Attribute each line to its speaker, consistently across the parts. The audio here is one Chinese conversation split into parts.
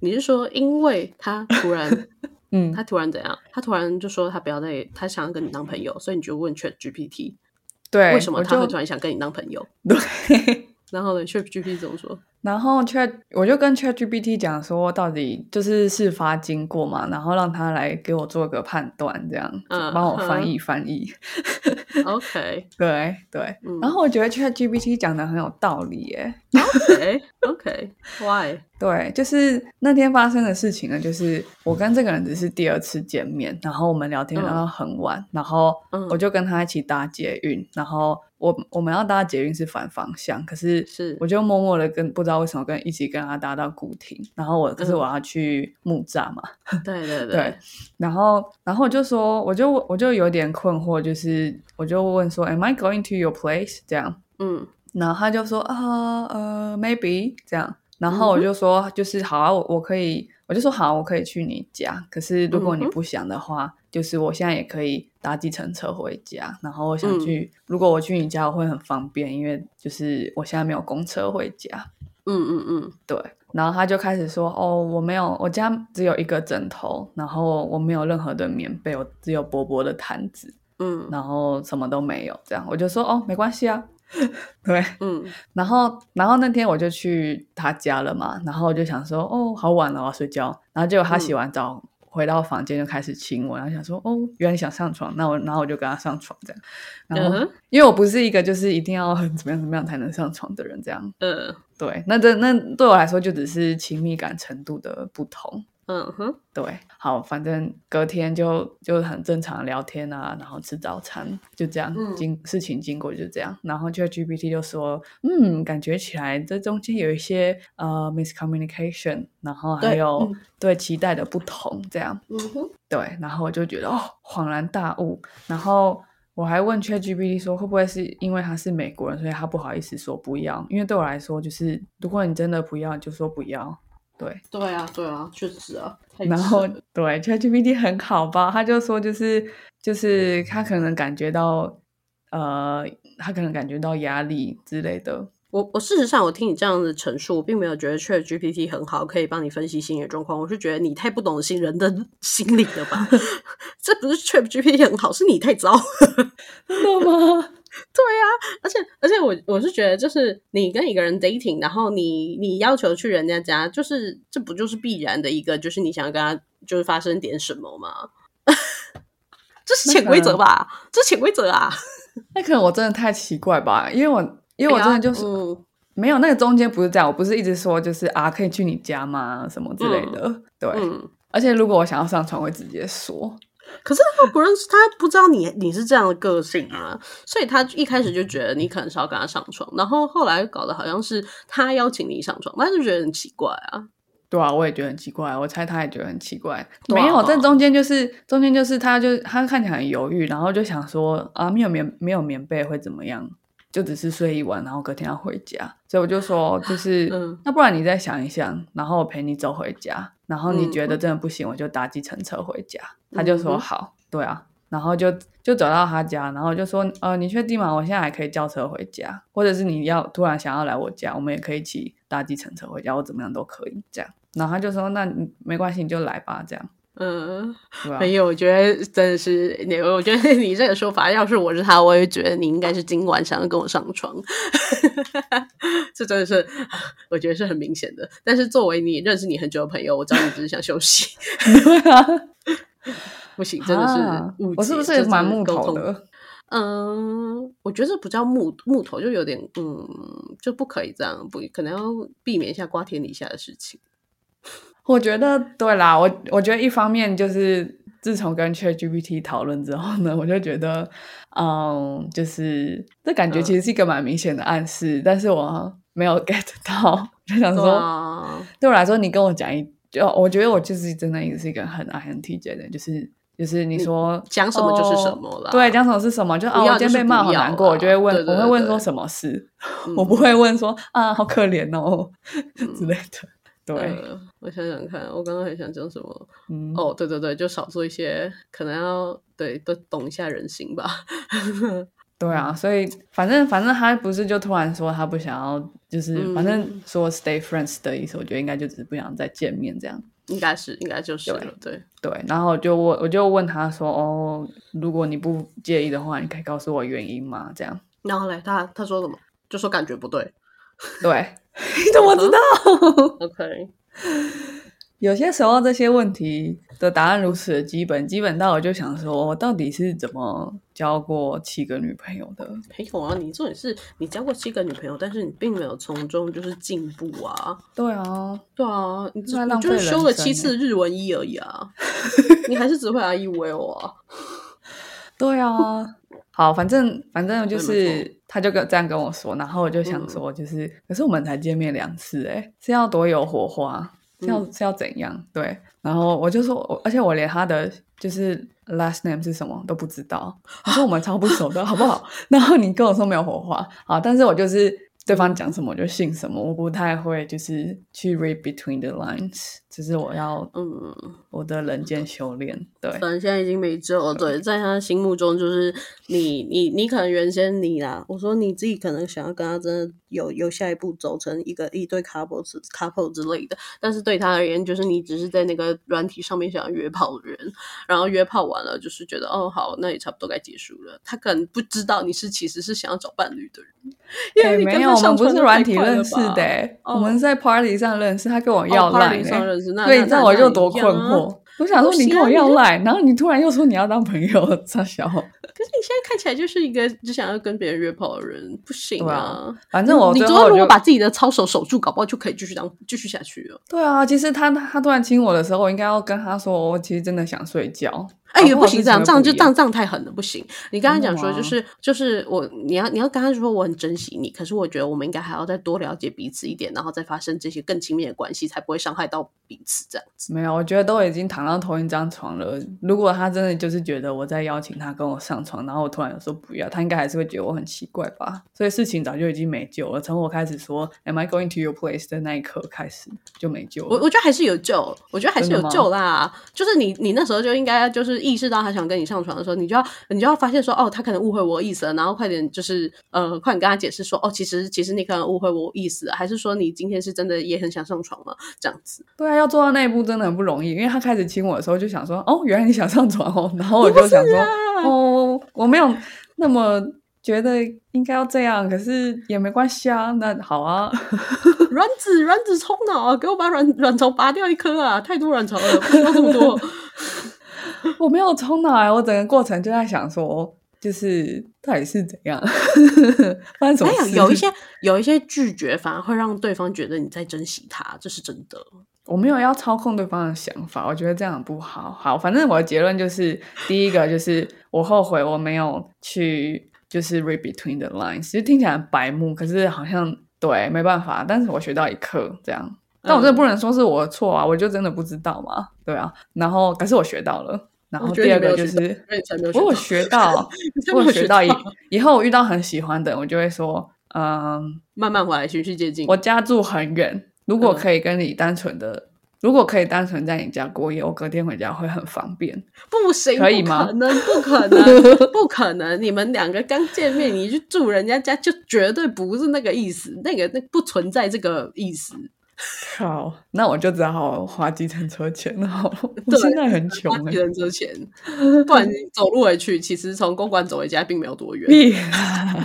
Speaker 1: 你是说，因为他突然，
Speaker 2: 嗯
Speaker 1: 他突然怎样？他突然就说他不要再，他想要跟你当朋友，所以你就问 Chat GPT
Speaker 2: 对，
Speaker 1: 为什么
Speaker 2: 我
Speaker 1: 他会
Speaker 2: 就
Speaker 1: 突然想跟你当朋友？
Speaker 2: 对。
Speaker 1: 然后呢，Chat GPT 怎么说？
Speaker 2: 然后 Chat 我就跟 Chat GPT 讲说，到底就是事发经过嘛，然后让他来给我做个判断，这样
Speaker 1: 嗯
Speaker 2: 帮我翻
Speaker 1: 嗯
Speaker 2: 译翻译。
Speaker 1: OK，
Speaker 2: 对对，
Speaker 1: 嗯
Speaker 2: 然后我觉得 Chat GPT 讲的很有道理耶。哦
Speaker 1: ，OK，OK，Why？
Speaker 2: 对，就是那天发生的事情呢，就是我跟这个人只是第二次见面，然后我们聊天
Speaker 1: 嗯
Speaker 2: 聊到很晚，然后
Speaker 1: 嗯
Speaker 2: 我就跟他一起搭捷运，然后我我们要搭捷运是反方向，可是
Speaker 1: 是
Speaker 2: 我就默默的跟不知道为什么跟一起跟他搭到古亭，然后我可是
Speaker 1: 嗯
Speaker 2: 我要去木栅嘛，
Speaker 1: 对对
Speaker 2: 对，然后，然后我就说，我就我就有点困惑，就是我就问说，Am I going to your place？这样，
Speaker 1: 嗯
Speaker 2: 然后他就说啊呃，maybe 这样，然
Speaker 1: 嗯
Speaker 2: 后
Speaker 1: 哼
Speaker 2: 我就说，就是好啊，我我可以，我就说好啊，我可以去你家，可是如果你
Speaker 1: 嗯哼
Speaker 2: 不想的话，就是我现在也可以搭计程车回家，然后我想
Speaker 1: 嗯
Speaker 2: 去，如果我去你家，我会很方便，因为就是我现在没有公车回家，
Speaker 1: 嗯嗯嗯，
Speaker 2: 对，然后他就开始说：“哦，我没有，我家只有一个枕头，然后我没有任何的棉被，我只有薄薄的毯子，
Speaker 1: 嗯
Speaker 2: 然后什么都没有。”这样我就说：“哦，没关系啊。” 对，
Speaker 1: 嗯
Speaker 2: 然后然后那天我就去他家了嘛，然后我就想说：“哦，好晚了，我要睡觉。”然后结果他
Speaker 1: 嗯
Speaker 2: 洗完澡。回到房间就开始亲我，然后想说哦，原来你想上床，那我然后我就跟他上床这样，然后、
Speaker 1: 嗯哼
Speaker 2: 因为我不是一个就是一定要很怎么样怎么样才能上床的人，这样
Speaker 1: 呃
Speaker 2: 对，那这那对我来说就只是亲密感程度的不同。
Speaker 1: 嗯哼，
Speaker 2: 对，好，反正隔天就就很正常聊天啊，然后吃早餐，就这样，
Speaker 1: 嗯
Speaker 2: 经事情经过就这样。然后就 GPT 就说，嗯，感觉起来这中间有一些呃 miscommunication，然后还
Speaker 1: 对
Speaker 2: 有
Speaker 1: 嗯
Speaker 2: 对期待的不同，这样。
Speaker 1: 嗯哼，
Speaker 2: 对，然后我就觉得哦，恍然大悟。然后我还问 ChatGPT 说，会不会是因为他是美国人，所以他不好意思说不要？因为对我来说，就是如果你真的不要，你就说不要。对，
Speaker 1: 对啊对啊，确实啊，太
Speaker 2: 然
Speaker 1: 扯
Speaker 2: 后
Speaker 1: 了
Speaker 2: 对 ChatGPT 很好吧，他就说就是就是他可能感觉到呃，他可能感觉到压力之类的。
Speaker 1: 我我事实上，我听你这样的陈述，我并没有觉得 Chat GPT 很好，可以帮你分析心理状况。我是觉得你太不懂新人的 心理了 吧？这不是 Chat GPT 很好，是你太糟。
Speaker 2: 真的吗？
Speaker 1: 而且而且我，我是觉得，就是你跟一个人 dating，然后你你要求去人家家，就是这不就是必然的一个，就是你想要跟他就是发生点什么吗？ 这是潜规则吧？这是潜规则啊！
Speaker 2: 那可能我真的太奇怪吧，因为我因为我真的就是、
Speaker 1: 哎呀嗯
Speaker 2: 没有，那个中间不是这样，我不是一直说就是啊，可以去你家吗？什么之类的。对，
Speaker 1: 嗯，
Speaker 2: 而且如果我想要上床，会直接说。
Speaker 1: 可是他不认识，他不知道你你是这样的个性啊，所以他一开始就觉得你可能是要跟他上床，然后后来搞得好像是他邀请你上床，他就觉得很奇怪啊。
Speaker 2: 对啊，我也觉得很奇怪，我猜他也觉得很奇怪。
Speaker 1: 对啊
Speaker 2: 没有，这中间就是中间就是他就他看起来很犹豫，然后就想说啊，没有棉没有棉被会怎么样？就只是睡一晚，然后隔天要回家，所以我就说，就是、
Speaker 1: 嗯
Speaker 2: 那不然你再想一想，然后我陪你走回家，然后你
Speaker 1: 嗯
Speaker 2: 觉得真的不行，我就搭计程车回家。他就
Speaker 1: 嗯
Speaker 2: 说
Speaker 1: 哼
Speaker 2: 好，对啊，然后就就走到他家，然后就说呃，你确定吗？我现在还可以叫车回家，或者是你要突然想要来我家，我们也可以一起搭计程车回家，我怎么样都可以这样。然后他就说那你没关系，你就来吧，这样
Speaker 1: 嗯，
Speaker 2: 对啊吧、
Speaker 1: 没有，我觉得真的是你，我觉得你这个说法，要是我是他，我也觉得你应该是今晚想要跟我上床。 这真的是，我觉得是很明显的。但是作为你认识你很久的朋友，我知道你只是想休息，
Speaker 2: 对啊，
Speaker 1: 不行，真的是
Speaker 2: 啊
Speaker 1: 误解。
Speaker 2: 我是不
Speaker 1: 这真
Speaker 2: 是
Speaker 1: 的
Speaker 2: 蛮木
Speaker 1: 沟
Speaker 2: 头
Speaker 1: 通
Speaker 2: 的？
Speaker 1: 嗯，我觉得这不叫木木头，就有点嗯，就不可以这样，不可能要避免一下瓜田李下的事情。
Speaker 2: 我觉得对啦，我我觉得一方面就是自从跟 ChatGPT 讨论之后呢，我就觉得，嗯，就是这感觉
Speaker 1: 嗯
Speaker 2: 其实是一个蛮明显的暗示，但是我没有 get 到，就想说，
Speaker 1: 啊，
Speaker 2: 对我来说，你跟我讲一，就我觉得我就是真的也是一个很 INTJ 的，就是就是你说
Speaker 1: 嗯讲什么就是什么啦
Speaker 2: 哦对，讲什么是什么，就啊，
Speaker 1: 不要
Speaker 2: 我今天
Speaker 1: 就是
Speaker 2: 被骂好
Speaker 1: 不要
Speaker 2: 难过，
Speaker 1: 啦
Speaker 2: 我就会问，
Speaker 1: 对对
Speaker 2: 我会问
Speaker 1: 对
Speaker 2: 说什么事，
Speaker 1: 嗯
Speaker 2: 我不会问说啊，好可怜哦、之类的。对，
Speaker 1: 呃我想想看，我刚刚还想讲什么？
Speaker 2: 嗯，
Speaker 1: 哦，对对对，就少做一些，可能要对，都懂一下人心吧。
Speaker 2: 对啊，所以反正反正他不是就突然说他不想要，就是、
Speaker 1: 嗯
Speaker 2: 反正说 stay friends 的意思，我觉得应该就只是不想再见面这样。
Speaker 1: 应该是应该就是了，对，
Speaker 2: 对，然后我就问我就问他说，哦，如果你不介意的话，你可以告诉我原因吗？这样。
Speaker 1: 然后嘞，他他说什么？就说感觉不 对。嗯
Speaker 2: 对，你怎么知道？
Speaker 1: OK，
Speaker 2: 有些时候这些问题的答案如此的基本，基本到我就想说，我到底是怎么交过七个女朋友的？
Speaker 1: 没有啊，你重点是你交过七个女朋友，但是你并没有从中就是进步啊。
Speaker 2: 对啊，
Speaker 1: 对啊，你只
Speaker 2: 那
Speaker 1: 你
Speaker 2: 浪费
Speaker 1: 就是修了
Speaker 2: 人生欸
Speaker 1: 七次日文一而已 啊，你还是只会 I E O 啊。
Speaker 2: 对啊， 好，反正反正就
Speaker 1: 对没
Speaker 2: 是，他就跟这样跟我说，然后我就想说，就是，可是我们才见面两次、欸，哎，是要多有火花，是要、
Speaker 1: 嗯
Speaker 2: 是要怎样？对，然后我就说，我而且我连他的就是 last name 是什么都不知道，我说我们超不熟的，好不 好？然后你跟我说没有火花，好，但是我就是对方讲什么我就信什么，我不太会就是去 read between the lines，这是我要
Speaker 1: 嗯，
Speaker 2: 我的人间修炼，对，
Speaker 1: 反正现在已经没救了。对，在他心目中就是你你你可能原先你啦，我说你自己可能想要跟他真的有有下一步走成一个一对 couple 之 couple 之类的，但是对他而言，就是你只是在那个软体上面想要约炮的人，然后约炮完了就是觉得哦好，那也差不多该结束了。他可能不知道你是其实是想要找伴侣的人，因
Speaker 2: 哎
Speaker 1: 为你
Speaker 2: 没
Speaker 1: 跟
Speaker 2: 有，
Speaker 1: 他
Speaker 2: 我们
Speaker 1: 上
Speaker 2: 不
Speaker 1: 床
Speaker 2: 是
Speaker 1: 得
Speaker 2: 软
Speaker 1: 太
Speaker 2: 体
Speaker 1: 快了
Speaker 2: 认识
Speaker 1: 吧
Speaker 2: 的、欸，
Speaker 1: 哦
Speaker 2: 我们是在 party 上认识，他跟我
Speaker 1: 哦
Speaker 2: 要
Speaker 1: party
Speaker 2: line，、欸
Speaker 1: 上认识那
Speaker 2: 所以
Speaker 1: 那
Speaker 2: 你知道
Speaker 1: 那
Speaker 2: 我
Speaker 1: 那
Speaker 2: 就
Speaker 1: 一
Speaker 2: 多困
Speaker 1: 样啊
Speaker 2: 惑。我想说
Speaker 1: 不
Speaker 2: 你跟我
Speaker 1: 行啊
Speaker 2: 要
Speaker 1: 你就
Speaker 2: line，然后你突然又说你要当朋友， 傻小。
Speaker 1: 可是你现在看起来就是一个只想要跟别人约炮的人，不行
Speaker 2: 对
Speaker 1: 啊
Speaker 2: 啊。反正我
Speaker 1: 你
Speaker 2: 最
Speaker 1: 昨
Speaker 2: 后
Speaker 1: 天如
Speaker 2: 就
Speaker 1: 果把自己的操守守住，搞不好就可以继续当继续下去了。
Speaker 2: 对啊，其实他他突然亲我的时候，我应该要跟他说，我其实真的想睡觉。
Speaker 1: 哎、
Speaker 2: 搞
Speaker 1: 也
Speaker 2: 不
Speaker 1: 不
Speaker 2: 好
Speaker 1: 行，
Speaker 2: 事
Speaker 1: 这
Speaker 2: 情
Speaker 1: 样
Speaker 2: 会
Speaker 1: 这样
Speaker 2: 不
Speaker 1: 就
Speaker 2: 一
Speaker 1: 这样这样太狠了，不行。你刚才
Speaker 2: 真的
Speaker 1: 讲说，就
Speaker 2: 吗
Speaker 1: 是就是我，你要你要跟他说我很珍惜你，可是我觉得我们应该还要再多了解彼此一点，然后再发生这些更亲密的关系，才不会伤害到彼此。这样子，
Speaker 2: 没有，我觉得都已经躺到同一张床了。如果他真的就是觉得我在邀请他跟我上床，然后我突然有说不要，他应该还是会觉得我很奇怪吧。所以事情早就已经没救了。从我开始说 “Am I going to your place” 的那一刻开始就没救
Speaker 1: 我
Speaker 2: 了。
Speaker 1: 我觉得还是有救，我觉得还是
Speaker 2: 真
Speaker 1: 有
Speaker 2: 的吗
Speaker 1: 救啦。就是你你那时候就应该就是意识到他想跟你上床的时候，你就要你就要发现说，哦，他可能误会我意思了，然后快点就是呃，快点跟他解释说，哦，其实其实你可能误会我意思了，还是说你今天是真的也很想上床了，这样 子。
Speaker 2: 对啊，要做到那一步真的很不容易。因为他开始亲我的时候就想说：“哦，原来你想上床哦。”然后我就想
Speaker 1: 啊
Speaker 2: 说：“哦，我没有那么觉得应该要这样，可是也没关系啊。那好啊。”
Speaker 1: 卵子，卵子冲脑啊！给我把卵卵巢拔掉一颗啊！太多卵巢 了，不需要这么多。
Speaker 2: 我没有冲脑哎，我整个过程就在想说，哦就是到底是怎样 发生什么
Speaker 1: 还有哎
Speaker 2: 事？
Speaker 1: 有一些有一些拒绝，反而会让对方觉得你在珍惜他，这是真的。
Speaker 2: 我没有要操控对方的想法，我觉得这样很不好。好，反正我的结论就是，第一个就是我后悔我没有去就是 read between the lines，其实听起来很白目，可是好像对没办法，但是我学到一课这样。但我
Speaker 1: 嗯
Speaker 2: 真的不能说是我的错啊，我就真的不知道嘛，对啊。然后，可是我学到了。然后
Speaker 1: 我觉得
Speaker 2: 第二
Speaker 1: 你没有
Speaker 2: 个就
Speaker 1: 学到
Speaker 2: 是
Speaker 1: 那你才没有学
Speaker 2: 我有
Speaker 1: 到
Speaker 2: 学到，
Speaker 1: 你才
Speaker 2: 我
Speaker 1: 没
Speaker 2: 有
Speaker 1: 有
Speaker 2: 学
Speaker 1: 学
Speaker 2: 到以
Speaker 1: 到
Speaker 2: 以后我遇到很喜欢的人，我就会说，嗯，
Speaker 1: 慢慢回来，循序渐进。
Speaker 2: 我家住很远，如果
Speaker 1: 嗯
Speaker 2: 可以跟你单纯的，如果可以单纯在你家过夜，我隔天回家会很方便。
Speaker 1: 不行，
Speaker 2: 可以吗
Speaker 1: 不可能，不可 能，不可能！你们两个刚见面，你去住人家家，就绝对不是那个意思，那个那不存在这个意思。
Speaker 2: 好，那我就只好花计程车钱了。我
Speaker 1: 对
Speaker 2: 现在很穷
Speaker 1: 花
Speaker 2: 哎、
Speaker 1: 计程车钱，不然你走路回去，其实从公馆走回家并没有多远，
Speaker 2: 屁啦！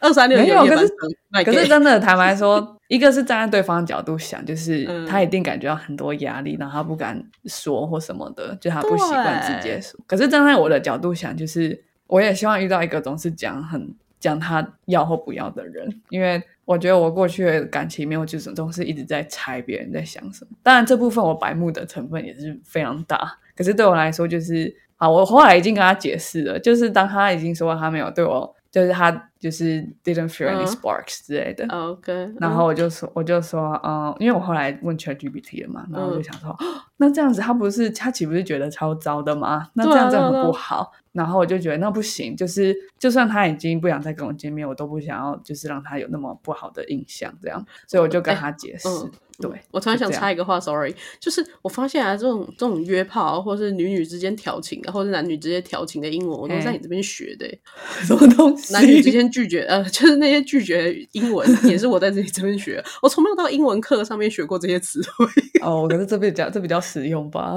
Speaker 1: 二三六
Speaker 2: 没有
Speaker 1: 夜
Speaker 2: 可
Speaker 1: 班
Speaker 2: 是
Speaker 1: 车卖
Speaker 2: 可
Speaker 1: 给
Speaker 2: 是真的，坦白说，一个是站在对方的角度想，就是
Speaker 1: 嗯
Speaker 2: 他一定感觉到很多压力，然后他不敢说或什么的，就他不习惯直接说。可是站在我的角度想，就是我也希望遇到一个总是讲很讲他要或不要的人，因为我觉得我过去的感情没有就是总是一直在猜别人在想什么。当然，这部分我白目的成分也是非常大。可是对我来说，就是啊，我后来已经跟他解释了，就是当他已经说他没有对我，就是他就是 didn't feel
Speaker 1: 嗯
Speaker 2: any sparks 之类的。
Speaker 1: OK，嗯
Speaker 2: 然后我就说，我就说，嗯，因为我后来问 ChatGPT 了嘛，
Speaker 1: 嗯
Speaker 2: 然后我就想说， 哦那这样子他不是他岂不是觉得超糟的吗？那
Speaker 1: 对啊
Speaker 2: 这样真
Speaker 1: 对
Speaker 2: 的
Speaker 1: 啊
Speaker 2: 很
Speaker 1: 对啊
Speaker 2: 不好。然后我就觉得那不行，就是就算他已经不想再跟我见面，我都不想要就是让他有那么不好的印象，这样，所以我就跟他解释，
Speaker 1: 嗯嗯
Speaker 2: 对，
Speaker 1: 我突然
Speaker 2: 就
Speaker 1: 想
Speaker 2: 这样
Speaker 1: 插一个话，sorry，就是我发现啊，这种这种约炮、啊，或是女女之间调情啊，或是男女之间调情的英文，我都
Speaker 2: 哎
Speaker 1: 在你这边学的欸、
Speaker 2: 什么东西？
Speaker 1: 男女之间拒绝，呃， 就是那些拒绝英文也是我在这里这边学的，我从没有到英文课上面学过这些词 汇，
Speaker 2: 哦，可是这比较这比较实用吧。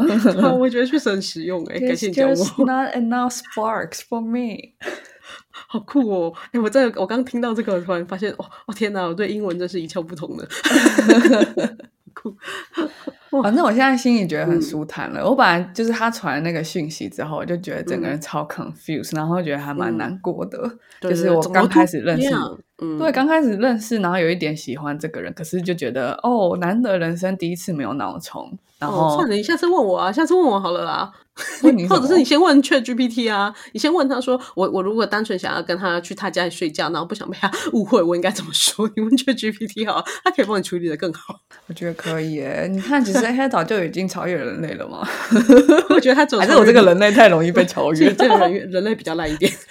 Speaker 1: 我觉得确实很实用 哎、感谢
Speaker 2: There's
Speaker 1: 你教我，
Speaker 2: just not enough sparks for me。
Speaker 1: 好酷哦！哎、我真的，我刚听到这个，我突然发现，哦，哦天哪，我对英文真是一窍不通 的。酷，
Speaker 2: 反哦正我现在心里觉得很
Speaker 1: 嗯
Speaker 2: 舒坦了。我本来就是他传了那个讯息之后，我就觉得
Speaker 1: 嗯
Speaker 2: 整个人超 confused，、然后觉得还蛮难过的。
Speaker 1: 对
Speaker 2: 就是
Speaker 1: 对对
Speaker 2: 我
Speaker 1: 怎么
Speaker 2: 刚
Speaker 1: 会
Speaker 2: 开
Speaker 1: 突
Speaker 2: 始认识
Speaker 1: 这样嗯，
Speaker 2: 对，刚开始认识，然后有一点喜欢这个人，可是就觉得哦，难得人生第一次没有脑冲。然
Speaker 1: 哦，
Speaker 2: 后、
Speaker 1: 算了，你下次问我啊，下次问我好了啦。
Speaker 2: 问 你什
Speaker 1: 或
Speaker 2: 么，
Speaker 1: 者是你先问 Chat GPT 啊，你先问他说，我我如果单纯想要跟他去他家里睡觉，然后不想被他 误会，我应该怎么说？你问 Chat GPT 好了，他可以帮你处理的更好。
Speaker 2: 我觉得可以耶。你看，其实黑岛就已经超越人类了 嘛，
Speaker 1: 我觉得他只有
Speaker 2: 还是
Speaker 1: 超
Speaker 2: 我这
Speaker 1: 越
Speaker 2: 个人类太容易被超
Speaker 1: 其
Speaker 2: 越
Speaker 1: 实？这个人人类比较烂一点。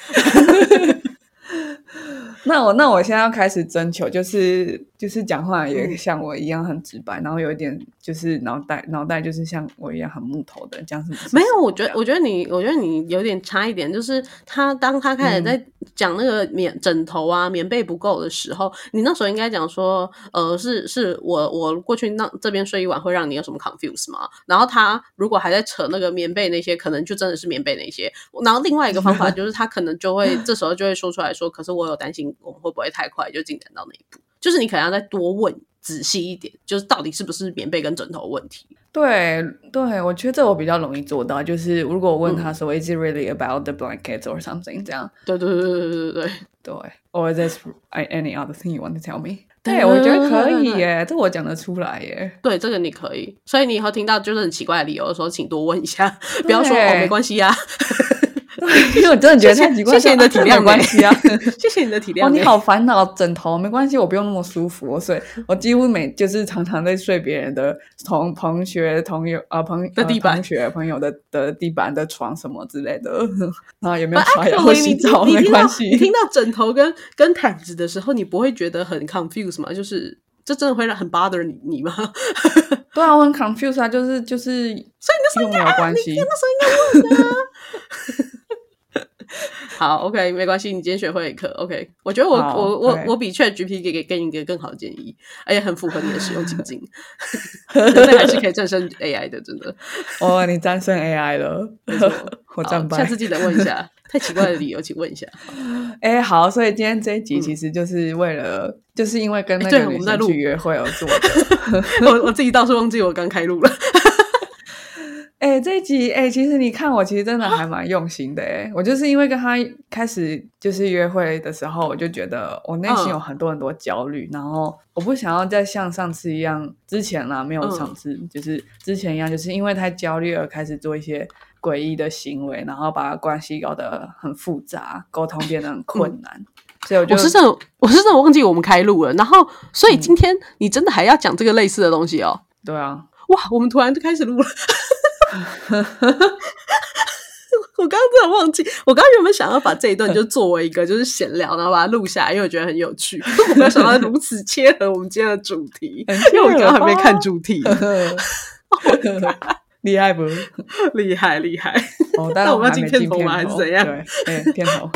Speaker 2: 那我那我现在要开始征求，就是就是讲话
Speaker 1: 嗯
Speaker 2: 也像我一样很直白，然后有一点就是脑袋脑袋就是像我一样很木头的，讲什么是
Speaker 1: 没
Speaker 2: 什
Speaker 1: 有，
Speaker 2: 么
Speaker 1: 我觉得，我觉得你，我觉得你有点差一点，就是他当他开始
Speaker 2: 嗯
Speaker 1: 在讲那个棉枕头啊、棉被不够的时候，你那时候应该讲说，呃，是是我我过去那这边睡一晚会让你有什么 confuse 吗？然后他如果还在扯那个棉被那些，可能就真的是棉被那些。然后另外一个方法就是他可能就会这时候就会说出来说，可是我有担心我们会不会太快就进展到那一步，就是你可能要再多问仔细一点，就是到底是不是棉被跟枕头问题。
Speaker 2: 对对，我觉得这我比较容易做到，就是如果我问他说、Is it really about the blankets or something？这样
Speaker 1: 对对对对对对对。
Speaker 2: 对，or is this any other thing you want to tell me？
Speaker 1: 对
Speaker 2: 对，我觉得可
Speaker 1: 对对
Speaker 2: 以
Speaker 1: 对
Speaker 2: 耶，这我讲得出来耶。
Speaker 1: 对，这个你可以。所以你以后听到就是很奇怪的理由的时候，请多问一下，不要说哦没关系呀、
Speaker 2: 因为我真的觉得
Speaker 1: 谢谢
Speaker 2: 太奇怪，
Speaker 1: 谢谢你的体
Speaker 2: 就
Speaker 1: 谅
Speaker 2: 啊
Speaker 1: 欸
Speaker 2: 没关系 啊。
Speaker 1: 谢谢你的体谅、
Speaker 2: 哦，你，好烦恼，枕头没关系，我不用那么舒服，哦所以我几乎每就是常常在睡别人的同同学、同友啊、朋
Speaker 1: 的
Speaker 2: 呃
Speaker 1: 地板
Speaker 2: 同学朋友的的地板的床什么之类的， 然后也没有刷牙或
Speaker 1: Actually，
Speaker 2: 洗
Speaker 1: 啊你
Speaker 2: 澡
Speaker 1: 你
Speaker 2: 没
Speaker 1: 听到
Speaker 2: 关
Speaker 1: 你听
Speaker 2: 系。
Speaker 1: 到枕头跟跟毯子的时候，你不会觉得很 confused 吗？就是这真的会让很 bother 你你吗？
Speaker 2: 对啊，我很 confused 啊，就是就是，所以又没有关系。
Speaker 1: 好，OK，没关系，你今天学会一课，OK。我觉得我
Speaker 2: 好
Speaker 1: 我我
Speaker 2: 对
Speaker 1: 我比 Chat GPT 给给给你一个更好的建议，而且很符合你的使用情 境。人类还是可以战胜 AI 的，真的。
Speaker 2: 哦，你战胜 AI 了， 我战
Speaker 1: 好
Speaker 2: 败
Speaker 1: 下。次记得问一下， 太奇怪的理由，请问一下。
Speaker 2: 哎、好，所以今天这一集
Speaker 1: 嗯
Speaker 2: 其实就是为了，就是因为跟那
Speaker 1: 对
Speaker 2: 个
Speaker 1: 我
Speaker 2: 女
Speaker 1: 们在
Speaker 2: 生
Speaker 1: 录
Speaker 2: 去约会而做的。
Speaker 1: 我我自己倒是忘记我刚开录了。
Speaker 2: 哎、这一集哎、其实你看我其实真的还蛮用心的哎、我就是因为跟他开始就是约会的时候，我就觉得我内心
Speaker 1: 嗯
Speaker 2: 有很多很多焦虑，然后我不想要再像上次一样，之前啦没有
Speaker 1: 嗯
Speaker 2: 上次，就是之前一样，就是因为太焦虑而开始做一些诡异的行为，然后把关系搞得很复杂，沟通变得很困难，所以我
Speaker 1: 嗯
Speaker 2: 就
Speaker 1: 我是真的，我是真的忘记我们开录了。然后，所以今天你真的还要讲这个类似的东西哦？
Speaker 2: 对啊，
Speaker 1: 哇，我们突然就开始录了。 我刚刚真的忘记，我刚刚原本想要把这一段就作为一个就是闲聊，然后把它录下来，因为我觉得很有趣。我没有想到如此切合我们今天的主题，
Speaker 2: 哎
Speaker 1: 因为我刚刚还没
Speaker 2: 哦
Speaker 1: 看主题，
Speaker 2: 厉害不？
Speaker 1: 厉害厉害。
Speaker 2: 哦，但
Speaker 1: 那
Speaker 2: 是
Speaker 1: 我们要
Speaker 2: 还
Speaker 1: 进
Speaker 2: 没
Speaker 1: 片
Speaker 2: 进
Speaker 1: 头
Speaker 2: 片
Speaker 1: 吗还是
Speaker 2: 头
Speaker 1: 怎样
Speaker 2: 对，哎、片头。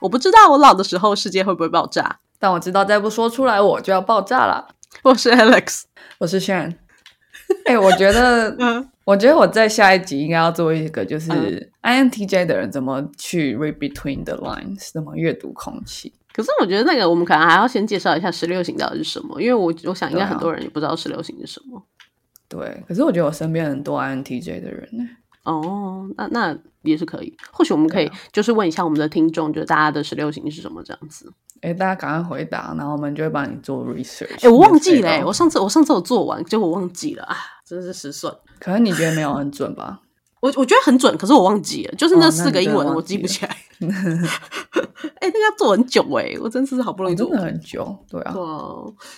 Speaker 1: 我不知道我老的时候世界会不会爆炸。
Speaker 2: 但我知道再不说出来我就要爆炸了。
Speaker 1: 我是 Alex，
Speaker 2: 我 是 Shan，哎、我觉得，
Speaker 1: 嗯，
Speaker 2: 我觉得我在下一集应该要做一个，就是
Speaker 1: 嗯
Speaker 2: INTJ 的人怎么去 read between the lines，怎么阅读空气。
Speaker 1: 可是我觉得那个我们可能还要先介绍一下十六型到底是什么，因为我我想应
Speaker 2: 对
Speaker 1: 该
Speaker 2: 啊
Speaker 1: 很多人也不知道十六型是什么。
Speaker 2: 对，可是我觉得我身边很多 INTJ 的人呢，
Speaker 1: 哦，那那也是可以。或许我们可以
Speaker 2: 啊
Speaker 1: 就是问一下我们的听众，就是大家的十六型是什么这样子。
Speaker 2: 哎，大家赶快回答，然后我们就会帮你做 research。
Speaker 1: 哎，我忘记了、
Speaker 2: 免费的哦
Speaker 1: 我上次我上次有做完，结果我忘记了啊，真是失算。
Speaker 2: 可能你觉得没有很 准吧？
Speaker 1: 我我觉得很准，可是我忘记了，就是
Speaker 2: 哦那
Speaker 1: 那
Speaker 2: 你
Speaker 1: 四个
Speaker 2: 真的
Speaker 1: 英文
Speaker 2: 忘
Speaker 1: 我记
Speaker 2: 记
Speaker 1: 不
Speaker 2: 了
Speaker 1: 起来。 哎、那个要做很久哎、我真是好不容易
Speaker 2: 哦
Speaker 1: 做
Speaker 2: 真的
Speaker 1: 完。
Speaker 2: 很久，对啊
Speaker 1: 对。啊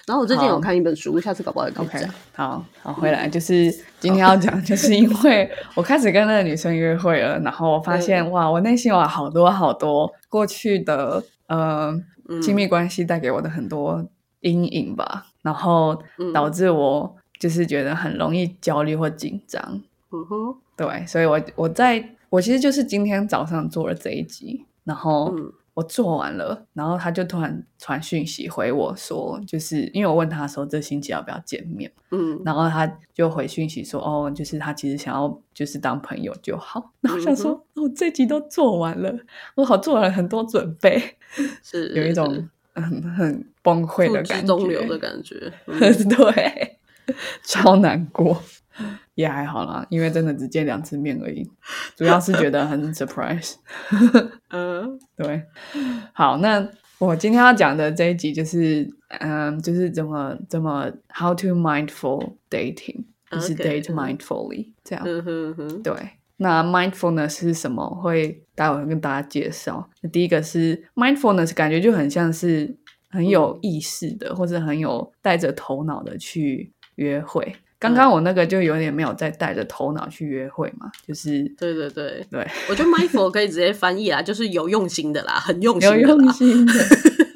Speaker 1: 然后我最近有
Speaker 2: 好
Speaker 1: 看一本书，下次搞不好也可以
Speaker 2: OK，
Speaker 1: 讲。嗯
Speaker 2: 好好回来，就是今天要讲，就是因为我开始跟那个女生约会了，然后我发
Speaker 1: 嗯
Speaker 2: 现哇，我内心有好多好多过去的呃
Speaker 1: 嗯
Speaker 2: 亲密关系带给我的很多阴影吧，然后
Speaker 1: 嗯
Speaker 2: 导致我就是觉得很容易焦虑或紧张，
Speaker 1: 嗯哼，
Speaker 2: 对，所以我我在我其实就是今天早上做了这一集，然后
Speaker 1: 嗯
Speaker 2: 我做完了，然后他就突然传讯息回我说，就是因为我问他说这星期要不要见面，
Speaker 1: 嗯，
Speaker 2: 然后他就回讯息说，哦，就是他其实想要就是当朋友就好。然后我想
Speaker 1: 嗯
Speaker 2: 说，哦，我这集都做完了，我好做了很多准备，
Speaker 1: 是
Speaker 2: 有一种很很崩溃的
Speaker 1: 付之
Speaker 2: 感觉，
Speaker 1: 东流 的感觉。嗯
Speaker 2: 对， 超难过，也还好啦，因为真的只见两次面而已，主要是觉得很 surprise。
Speaker 1: 呃，
Speaker 2: 对，好，那我今天要讲的这一集就是，嗯，就是怎么怎么 how to mindful dating，就是
Speaker 1: OK，
Speaker 2: date
Speaker 1: 嗯
Speaker 2: mindfully 这样。
Speaker 1: 嗯哼哼，
Speaker 2: 对，那 mindfulness 是什么？会待会会跟大家介绍。那第一个是 mindfulness，感觉就很像是很
Speaker 1: 嗯
Speaker 2: 有意识的，或者很有带着头脑的去约会。刚
Speaker 1: 嗯
Speaker 2: 刚我那个就有点没有在带着头脑去约会嘛，就是
Speaker 1: 对对对，
Speaker 2: 对，
Speaker 1: 我觉得 mindful 可以直接翻译啦，就是有用心的啦，很用心
Speaker 2: 有
Speaker 1: 的
Speaker 2: 用
Speaker 1: 啦。
Speaker 2: 心的。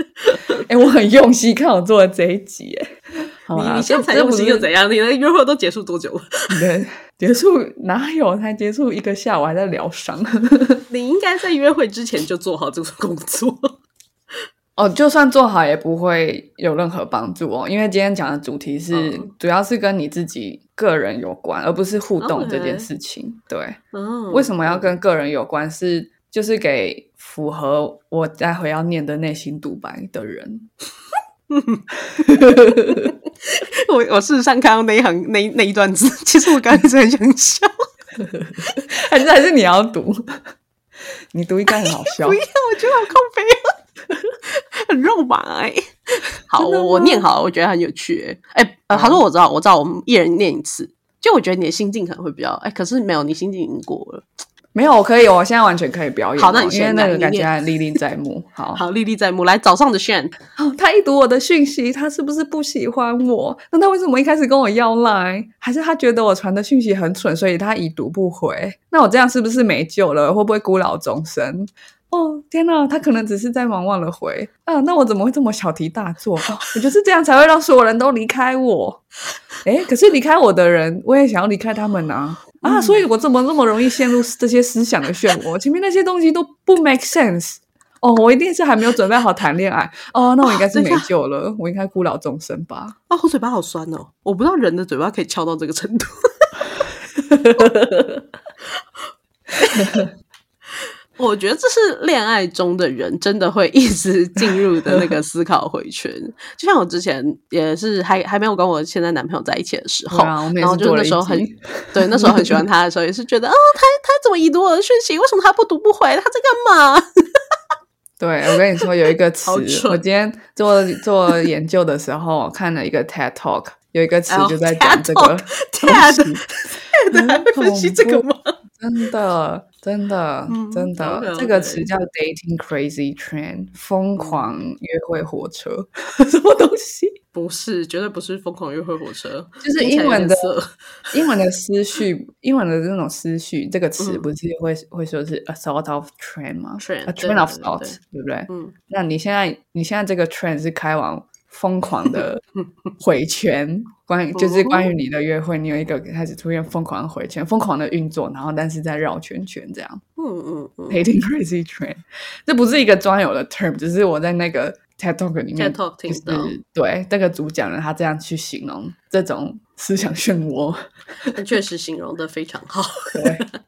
Speaker 2: 哎、我很用心看我做的这一集，哎，好
Speaker 1: 你
Speaker 2: 啦
Speaker 1: 你现在才用心又怎？样？你的约会都结束多久？
Speaker 2: 这不是你的结束哪有？才结束一个下午，还在疗伤。
Speaker 1: 你应该在约会之前就做好这个工作。
Speaker 2: 哦，就算做好也不会有任何帮助哦，因为今天讲的主题是、
Speaker 1: 嗯
Speaker 2: 主要是跟你自己个人有关，而不是互动
Speaker 1: OK
Speaker 2: 这件事情。对，
Speaker 1: 嗯，
Speaker 2: 为什么要跟个人有关？是就是给符合我待会要念的内心独白的人。
Speaker 1: 我 我事实上看到那一行那那一段字，其实我刚刚一直很想笑，
Speaker 2: 还是还是你要读， 你读应该很好 笑
Speaker 1: 不。要，我觉得好靠背啊， 很肉麻 哎、好，
Speaker 2: 真的
Speaker 1: 我我
Speaker 2: 吗嗯
Speaker 1: 念好了，我觉得很有趣哎、欸呃，
Speaker 2: 好
Speaker 1: 好说我知道，我知道，我们一人念一次。就我觉得你的心境可能会比较哎、可是没有，你心境已经过了。
Speaker 2: 没有，我可以，我现在完全可以表演哦。
Speaker 1: 好那你
Speaker 2: 因为
Speaker 1: 先
Speaker 2: 那
Speaker 1: 来
Speaker 2: 个
Speaker 1: 你
Speaker 2: 感觉
Speaker 1: 念
Speaker 2: 还历历在目。好，
Speaker 1: 好，历历在目。来，早上的炫，
Speaker 2: 哦， 他一读我的讯息，他是不是不喜欢我？那他为什么一开始跟我要来？还是他觉得我传的讯息很蠢，所以他已读不回？那我这样是不是没救了？会不会孤老终生？哦，天哪，他可能只是在忙忘了回啊！那我怎么会这么小题大做？哦我就是这样才会让所有人都离开我。诶，可是离开我的人，我也想要离开他们啊！啊，所以我怎么那么容易陷入这些思想的漩涡？前面那些东西都不 make sense。哦， 我一定是还没有准备好谈恋爱哦，那我应该是没救了，我应该孤老终生吧？
Speaker 1: 啊，我嘴巴好酸哦！我不知道人的嘴巴可以翘到这个程度。 我觉得这是恋爱中的人真的会一直进入的那个思考回圈。就像我之前也是还还没有跟我现在男朋友在一起的时候，
Speaker 2: 对啊我们也
Speaker 1: 然后就
Speaker 2: 是
Speaker 1: 是
Speaker 2: 做了
Speaker 1: 那
Speaker 2: 一
Speaker 1: 时候很
Speaker 2: 集
Speaker 1: 对，那时候很喜欢他的时候，也是觉得啊、他他怎么已读我的讯息？为什么他不读不回？他在干嘛？
Speaker 2: 对，我跟你说有一个词
Speaker 1: 好，蠢
Speaker 2: 我今天做做研究的时候看了一个 TED Talk，有一个词
Speaker 1: 哎呦
Speaker 2: 就在讲这个
Speaker 1: TED Talk，
Speaker 2: 东西
Speaker 1: 对，还会分析这个吗？
Speaker 2: 真的，真的，
Speaker 1: 嗯
Speaker 2: 真的，
Speaker 1: OK，OK
Speaker 2: 这个词叫 dating crazy train，疯
Speaker 1: 嗯
Speaker 2: 狂约会火车， 什么东西？
Speaker 1: 不是，绝对不是疯狂约会火车，
Speaker 2: 就是
Speaker 1: 听起来
Speaker 2: 英文
Speaker 1: 有点
Speaker 2: 的
Speaker 1: 色
Speaker 2: 英文的思绪，英文的这种思绪这个词
Speaker 1: 嗯
Speaker 2: 不是会、会说是 a sort of train 吗
Speaker 1: Train，
Speaker 2: a
Speaker 1: 对
Speaker 2: train of
Speaker 1: 对对
Speaker 2: thought，
Speaker 1: 对
Speaker 2: 对不对？
Speaker 1: 嗯
Speaker 2: 那你现在你现在这个 train 是开往疯 狂的回圈，关于就是关
Speaker 1: 哦
Speaker 2: 于你的约会，你有一个开始出现疯狂的回圈，疯狂的运作，然后但是在绕圈圈这样
Speaker 1: 嗯嗯嗯。
Speaker 2: ，dating crazy train，这不是一个专有的 term，只是我在那个 TED Talk 里面
Speaker 1: TED Talk
Speaker 2: 就是
Speaker 1: 听到
Speaker 2: 对这个主讲人他这样去形容这种思想漩涡。
Speaker 1: 但确实形容的非常好。
Speaker 2: 对，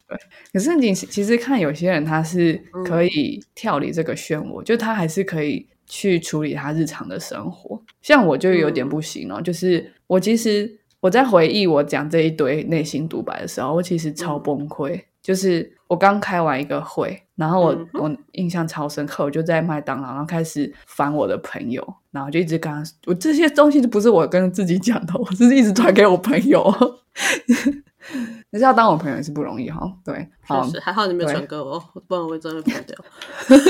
Speaker 2: 对，可是你其实看有些人他是可以跳离这个漩涡，就他还是可以去处理他日常的生活。像我就有点不行哦，就是我其实我在回忆我讲这一堆内心独白的时候，我其实超崩溃。就是我刚开完一个会，然后我、
Speaker 1: 嗯
Speaker 2: 我印象超深刻，我就在麦当劳，然后开始烦我的朋友，然后就一直跟他，我这些东西都不是我跟自己讲的，我是一直传给我朋友。可是要当我朋友也是不容易哈，对， 好
Speaker 1: 确，实，还好你没有
Speaker 2: 对
Speaker 1: 传给我，不然我真的跑掉。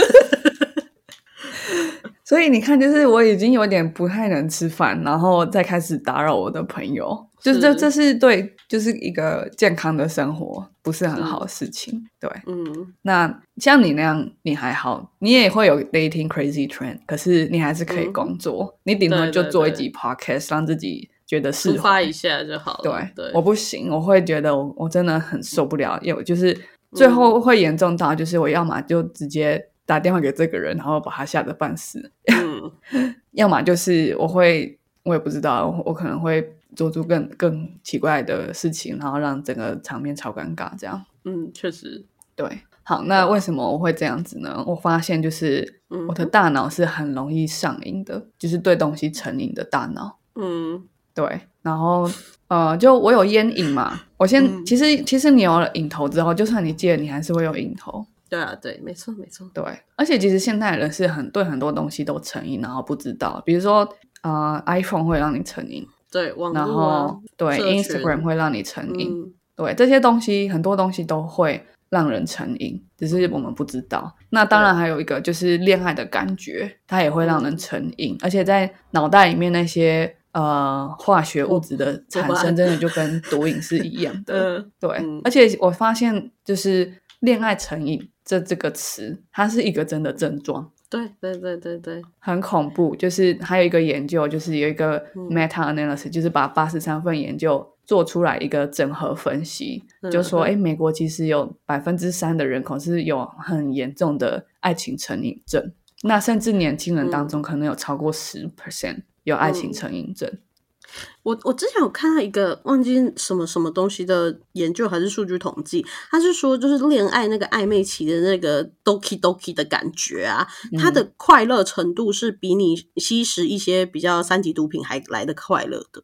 Speaker 2: 所以你看，就是我已经有点不太能吃饭，然后再开始打扰我的朋友，就是这
Speaker 1: 是
Speaker 2: 这是对，就是一个健康的生活不是很好的事情。对，
Speaker 1: 嗯，
Speaker 2: 那像你那样，你还好，你也会有 dating crazy trend，可是你还是可以
Speaker 1: 嗯
Speaker 2: 工作，你顶多
Speaker 1: 对
Speaker 2: 就
Speaker 1: 对
Speaker 2: 做一
Speaker 1: 对
Speaker 2: 集 podcast，让自己觉得
Speaker 1: 抒
Speaker 2: 释怀
Speaker 1: 发一下就好了。
Speaker 2: 哦对，
Speaker 1: 对，
Speaker 2: 我不行，我会觉得我我真的很受不了，有就是
Speaker 1: 嗯
Speaker 2: 最后会严重到就是我要么就直接打电话给这个人，然后把他吓得半死，
Speaker 1: 嗯
Speaker 2: 要么就是我会，我也不知道，我我可能会做出更更奇怪的事情，然后让整个场面超尴尬。这样
Speaker 1: 嗯，确实，
Speaker 2: 对，好，那为什么我会这样子呢？我发现就是
Speaker 1: 嗯
Speaker 2: 我的大脑是很容易上瘾的，就是对东西成瘾的大脑。
Speaker 1: 嗯
Speaker 2: 对，然后呃，就我有烟瘾嘛，我先、
Speaker 1: 嗯
Speaker 2: 其实其实你有了瘾头之后，就算你戒了，你还是会有瘾头。
Speaker 1: 对啊，对，没错没错，
Speaker 2: 对，而且其实现代人是很对很多东西都成瘾，然后不知道，比如说啊、呃、，iPhone 会让你成瘾，
Speaker 1: 对，网
Speaker 2: 然
Speaker 1: 络啊
Speaker 2: 后，对
Speaker 1: 社
Speaker 2: Instagram
Speaker 1: 群
Speaker 2: 会让你成瘾，
Speaker 1: 嗯
Speaker 2: 对这些东西很多东西都会让人成瘾，只是我们不知道。那当然还有一个就是恋爱的感觉，它也会让人成瘾，而且在脑袋里面那些呃化学物质的产生，真的就跟毒瘾是一样 的。
Speaker 1: 嗯
Speaker 2: 对，
Speaker 1: 嗯
Speaker 2: 而且我发现就是恋爱成瘾这这个词，它是一个真的症状。
Speaker 1: 对对对对对，
Speaker 2: 很恐怖，就是还有一个研究，就是有一个
Speaker 1: 嗯
Speaker 2: meta analysis，、就是把八十三份研究做出来一个整合分析，
Speaker 1: 嗯
Speaker 2: 就说，
Speaker 1: 嗯
Speaker 2: 哎、美国其实有百分之三的人口是有很严重的爱情成瘾症，那甚至年轻人
Speaker 1: 嗯
Speaker 2: 当中可能有超过十 percent 有爱情成瘾症。
Speaker 1: 我我之前有看到一个忘记什么什么东西的研究还是数据统计，他是说就是恋爱那个暧昧期的那个 doki doki 的感觉啊，它的
Speaker 2: 嗯
Speaker 1: 快乐程度是比你吸食一些比较三级毒品还来的快乐的，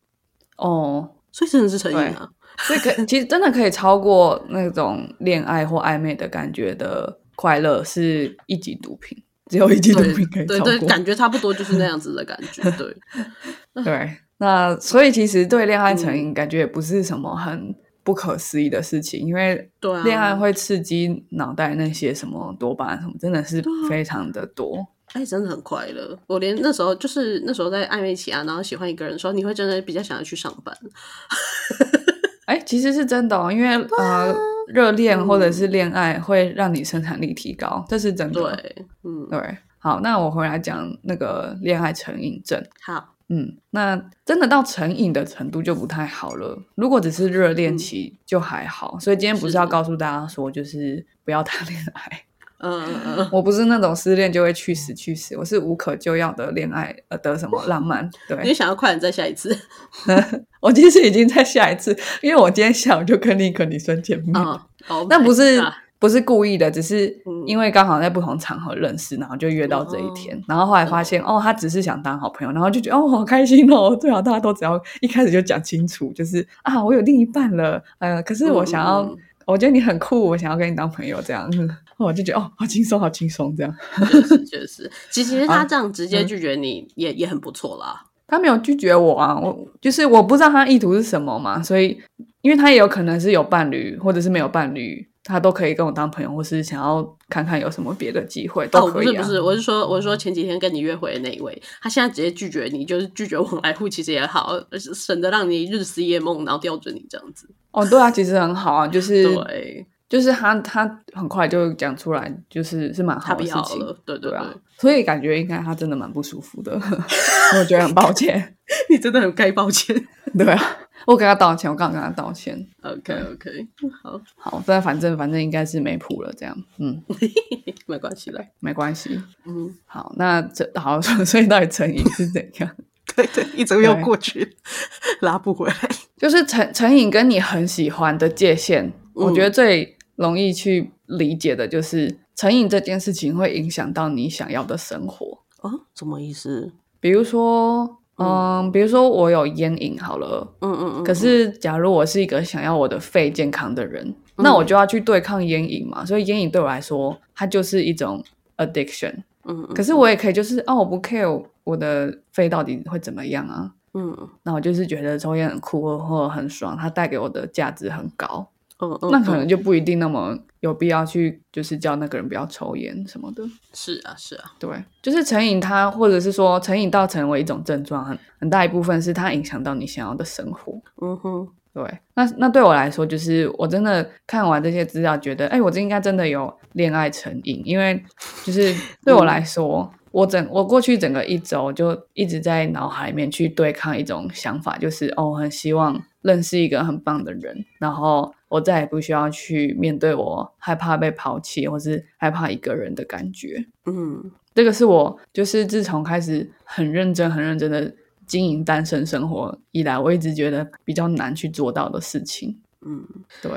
Speaker 2: 哦，
Speaker 1: 所以真的是成瘾啊。
Speaker 2: 所以可其实真的可以超过那种恋爱或暧昧的感觉的快乐是一级毒品，只有一级毒
Speaker 1: 对
Speaker 2: 品可以超
Speaker 1: 对
Speaker 2: 过。
Speaker 1: 对，感觉差不多就是那样子的感觉。 对，
Speaker 2: 对，那所以其实对恋爱成
Speaker 1: 嗯
Speaker 2: 瘾感觉也不是什么很不可思议的事情，因为
Speaker 1: 对啊
Speaker 2: 恋爱会刺激脑袋那些什么多巴胺什么，真的是
Speaker 1: 对啊
Speaker 2: 非常的多。
Speaker 1: 哎，真的很快乐。我连那时候就是那时候在暧昧期啊，然后喜欢一个人的时候，你会真的比较想要去上班。
Speaker 2: 哎，其实是真的、哦，因为、
Speaker 1: 啊
Speaker 2: 呃，热恋或
Speaker 1: 嗯
Speaker 2: 者是恋爱会让你生产力提高，这是真的。
Speaker 1: 对，嗯，
Speaker 2: 对，好，那我回来讲那个恋爱成瘾症。
Speaker 1: 好，
Speaker 2: 嗯，那真的到成瘾的程度就不太好了。如果只是热恋
Speaker 1: 嗯
Speaker 2: 期就还好，所以今天不
Speaker 1: 是
Speaker 2: 是要告诉大家说，就是不要谈恋爱。
Speaker 1: 嗯嗯嗯，
Speaker 2: 我不是那种失恋就会去死去死，我是无可救药的恋爱呃的什么浪漫。
Speaker 1: 你
Speaker 2: 对，
Speaker 1: 想要快点再下一次。
Speaker 2: 我其实已经在下一次，因为我今天下午就跟尼克女生见面，
Speaker 1: 嗯， 哦，
Speaker 2: 那不是、
Speaker 1: 啊
Speaker 2: 不是故意的，只是
Speaker 1: 嗯
Speaker 2: 因为刚好在不同场合认识，然后就约到这一天，然后后来发现
Speaker 1: 嗯
Speaker 2: 哦，他只是想当好朋友，然后就觉得哦，好开心哦，最好大家都只要一开始就讲清楚，就是啊，我有另一半了，呃，可是我想要，
Speaker 1: 嗯嗯
Speaker 2: 我觉得你很酷，我想要跟你当朋友这样， 嗯我就觉得哦，好轻松，好轻松这样。
Speaker 1: 确实嗯确实，其实
Speaker 2: 啊
Speaker 1: 他这样直接拒绝你也、也很不错啦。
Speaker 2: 他没有拒绝我啊，我就是我不知道他意图是什么嘛，所以因为他也有可能是有伴侣，或者是没有伴侣，他都可以跟我当朋友，或是想要看看有什么别的机会
Speaker 1: 哦，
Speaker 2: 都
Speaker 1: 不
Speaker 2: 可
Speaker 1: 是
Speaker 2: 以
Speaker 1: 不
Speaker 2: 啊。
Speaker 1: 是，我是说我是说前几天跟你约会的那一位，他现在直接拒绝你，就是拒绝往来户，其实也好，省得让你日思夜梦，然后吊着你这样子。
Speaker 2: 哦，对啊，其实很好啊，就是
Speaker 1: 对，
Speaker 2: 就是他他很快就讲出来，就是是蛮
Speaker 1: 他
Speaker 2: 好
Speaker 1: 不
Speaker 2: 的事
Speaker 1: 要
Speaker 2: 情
Speaker 1: 了，，对对
Speaker 2: 对
Speaker 1: 对，
Speaker 2: 啊，所以感觉应该他真的蛮不舒服的， 我觉得很抱歉，
Speaker 1: 你真的很该抱歉。
Speaker 2: 对啊，我跟他道歉，我刚刚跟他道歉，
Speaker 1: OK
Speaker 2: 嗯
Speaker 1: OK，好，
Speaker 2: 好，但反正反正应该是没谱了，这样，嗯，
Speaker 1: 没关系 的。
Speaker 2: 没关系。
Speaker 1: 嗯，
Speaker 2: 好，那这好， 所以到底成瘾是怎样？
Speaker 1: 对对，一直
Speaker 2: 又
Speaker 1: 过去，拉不回来。
Speaker 2: 就是成成瘾跟你很喜欢的界限，我
Speaker 1: 嗯
Speaker 2: 觉得最容易去理解的就是成瘾这件事情会影响到你想要的生活。
Speaker 1: 哦，什么意思？
Speaker 2: 比如说，嗯，比如说我有烟瘾好了，
Speaker 1: 嗯嗯嗯，
Speaker 2: 可是假如我是一个想要我的肺健康的人，那
Speaker 1: 嗯
Speaker 2: 我就要去对抗烟瘾嘛。所以烟瘾对我来说，它就是一种 addiction。
Speaker 1: 嗯，
Speaker 2: 可是我也可以就是哦，我不 care 我的肺到底会怎么样啊。
Speaker 1: 嗯
Speaker 2: 那我就是觉得抽烟很酷或或很爽，它带给我的价值很高。
Speaker 1: 嗯，
Speaker 2: 那可
Speaker 1: 嗯
Speaker 2: 能就不一定那么有必要去就是叫那个人不要抽烟什么的。
Speaker 1: 是啊是啊，
Speaker 2: 对，就是成瘾它，或者是说成瘾到成为一种症状，很很大一部分是它影响到你想要的生活。
Speaker 1: 嗯哼，
Speaker 2: 对，那那对我来说，就是我真的看完这些资料，觉得，哎、我这应该真的有恋爱成瘾，因为就是对我来说，我整我过去整个一周就一直在脑海里面去对抗一种想法，就是哦，我很希望认识一个很棒的人，然后我再也不需要去面对我害怕被抛弃或是害怕一个人的感觉。
Speaker 1: 嗯
Speaker 2: 这个是我就是自从开始很认真、很认真的经营单身生活以来，我一直觉得比较难去做到的事情。
Speaker 1: 嗯，
Speaker 2: 对，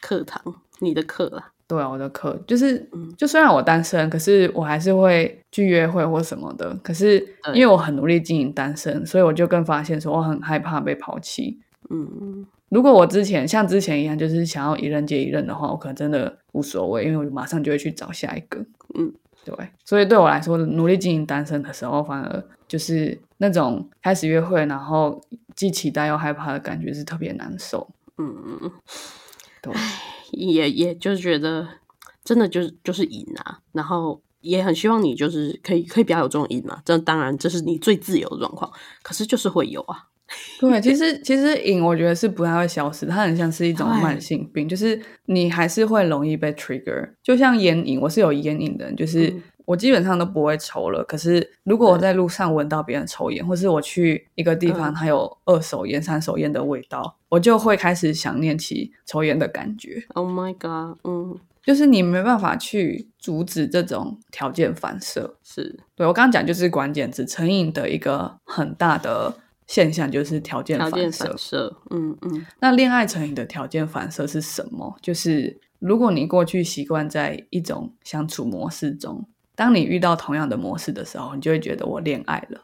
Speaker 1: 课堂你的课啦，
Speaker 2: 对啊，我的课就是
Speaker 1: 嗯，
Speaker 2: 就虽然我单身，可是我还是会去约会或什么的。可是
Speaker 1: 对
Speaker 2: 因为我很努力经营单身，所以我就更发现说我很害怕被抛弃。
Speaker 1: 嗯
Speaker 2: 如果我之前像之前一样，就是想要一任接一任的话，我可能真的无所谓，因为我马上就会去找下一个。
Speaker 1: 嗯，
Speaker 2: 对。所以对我来说，努力经营单身的时候，反而就是那种开始约会，然后既期待又害怕的感觉是特别难受。
Speaker 1: 嗯嗯嗯，
Speaker 2: 对，
Speaker 1: 也也就是觉得真的就是就是瘾啊，然后。也很希望你就是可以可以不要有这种瘾嘛，这当然这是你最自由的状况，可是就是会有啊，
Speaker 2: 对，其实其实瘾我觉得是不太会消失，它很像是一种
Speaker 1: 对
Speaker 2: 慢性病，就是你还是会容易被 trigger。就像烟瘾，我是有烟瘾的人，就是
Speaker 1: 嗯
Speaker 2: 我基本上都不会抽了。可是如果我
Speaker 1: 对
Speaker 2: 在路上闻到别人抽烟，或是我去一个地方
Speaker 1: 嗯
Speaker 2: 它有二手烟、三手烟的味道，我就会开始想念起抽烟的感觉。
Speaker 1: Oh my god，嗯，
Speaker 2: 就是你没办法去阻止这种条件反射。
Speaker 1: 是
Speaker 2: 对我刚刚讲就是关键词，成瘾的一个很大的现象就是条件
Speaker 1: 条件
Speaker 2: 反射。
Speaker 1: 反射，嗯嗯
Speaker 2: 那恋爱成瘾的条件反射是什么？就是如果你过去习惯在一种相处模式中，当你遇到同样的模式的时候，你就会觉得我恋爱了，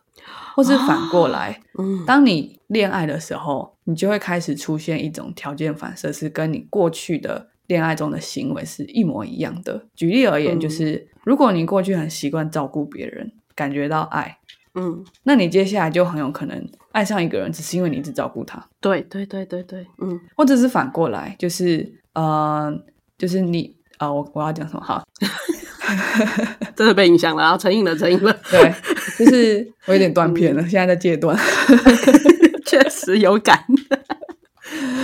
Speaker 2: 或是反过来，
Speaker 1: 嗯，
Speaker 2: 当你恋爱的时候，你就会开始出现一种条件反射，是跟你过去的恋爱中的行为是一模一样的。举例而言，
Speaker 1: 嗯
Speaker 2: 就是如果你过去很习惯照顾别人，感觉到爱，
Speaker 1: 嗯，
Speaker 2: 那你接下来就很有可能爱上一个人，只是因为你一直照顾他。
Speaker 1: 对对对对对，嗯，
Speaker 2: 或者是反过来，就是呃，就是你啊、呃我我要讲什么？好，
Speaker 1: 真的被影响了，然啊后成瘾了，成瘾了，
Speaker 2: 对，就是 我有点断片了，现在在戒断，
Speaker 1: 确实有感，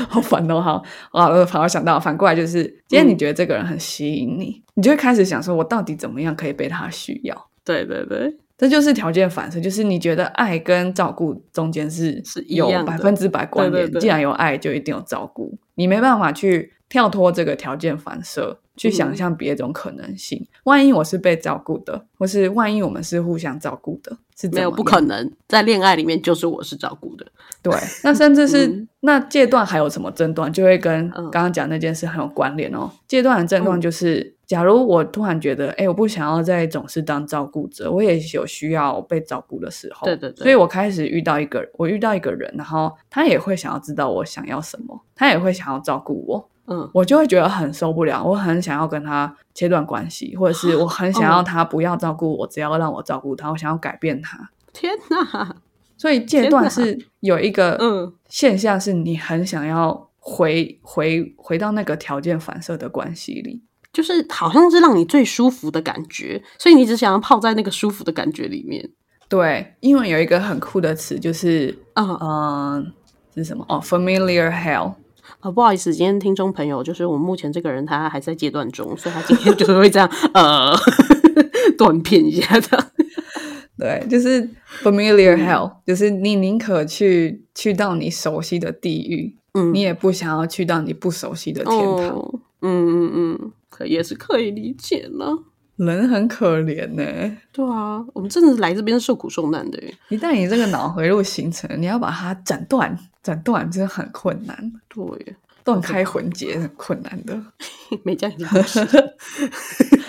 Speaker 2: 好烦哦。好，好，我反而想到，反过来就是，今天
Speaker 1: 嗯
Speaker 2: 你觉得这个人很吸引你，你就会开始想说，我到底怎么样可以被他需要？
Speaker 1: 对对对，
Speaker 2: 这就是条件反射，就是你觉得爱跟照顾中间是
Speaker 1: 是一
Speaker 2: 有
Speaker 1: 样的
Speaker 2: 百分之百关联。
Speaker 1: 对对对
Speaker 2: 既然有爱，就一定有照顾，你没办法去跳脱这个条件反射，去
Speaker 1: 嗯
Speaker 2: 想象别种可能性。万一我是被照顾的，或是万一我们是互相照顾的，是怎
Speaker 1: 没有
Speaker 2: 么
Speaker 1: 不
Speaker 2: 样
Speaker 1: 可能，在恋爱里面就是我是照顾的，
Speaker 2: 对。那甚至是、
Speaker 1: 嗯
Speaker 2: 那戒断还有什么症状，就会跟
Speaker 1: 嗯
Speaker 2: 刚刚讲那件事很有关联哦。戒断的症状就是，假如我突然觉得，哎，我不想要再总是当照顾者，我也有需要被照顾的时候。
Speaker 1: 对对对
Speaker 2: 所以我开始遇到一个，我遇到一个人，然后他也会想要知道我想要什么，他也会想要照顾我，
Speaker 1: 嗯
Speaker 2: 我就会觉得很受不了，我很想要跟他切断关系，或者是我很想要
Speaker 1: 哦
Speaker 2: 他不要照顾我，只要让我照顾他，我想要改变他。
Speaker 1: 天哪，
Speaker 2: 所以戒
Speaker 1: 天哪
Speaker 2: 断是有一个
Speaker 1: 嗯
Speaker 2: 现象，是你很想要回回回到那个条件反射的关系里。
Speaker 1: 就是好像是让你最舒服的感觉，所以你只想要泡在那个舒服的感觉里面，
Speaker 2: 对，英文有一个很酷的词，就是
Speaker 1: 嗯
Speaker 2: 嗯、呃是什么？哦，familiar hell。
Speaker 1: 啊，不好意思，今天听众朋友，就是我目前这个人他还在阶段中，所以他今天就是会这样 呃断片一下的。
Speaker 2: 对，就是 familiar
Speaker 1: 嗯
Speaker 2: hell，、就是你宁可去去到你熟悉的地狱，
Speaker 1: 嗯
Speaker 2: 你也不想要去到你不熟悉的天堂。
Speaker 1: 哦，嗯嗯嗯，可也是可以理解了。
Speaker 2: 人很可怜呢、
Speaker 1: 对啊，我们真的是来这边受苦受难的耶。
Speaker 2: 一旦你这个脑回路形成，你要把它斩断，斩断真的很困难。
Speaker 1: 对 耶，
Speaker 2: 断
Speaker 1: 嗯
Speaker 2: 开魂结很困难的。
Speaker 1: 没这样子故事。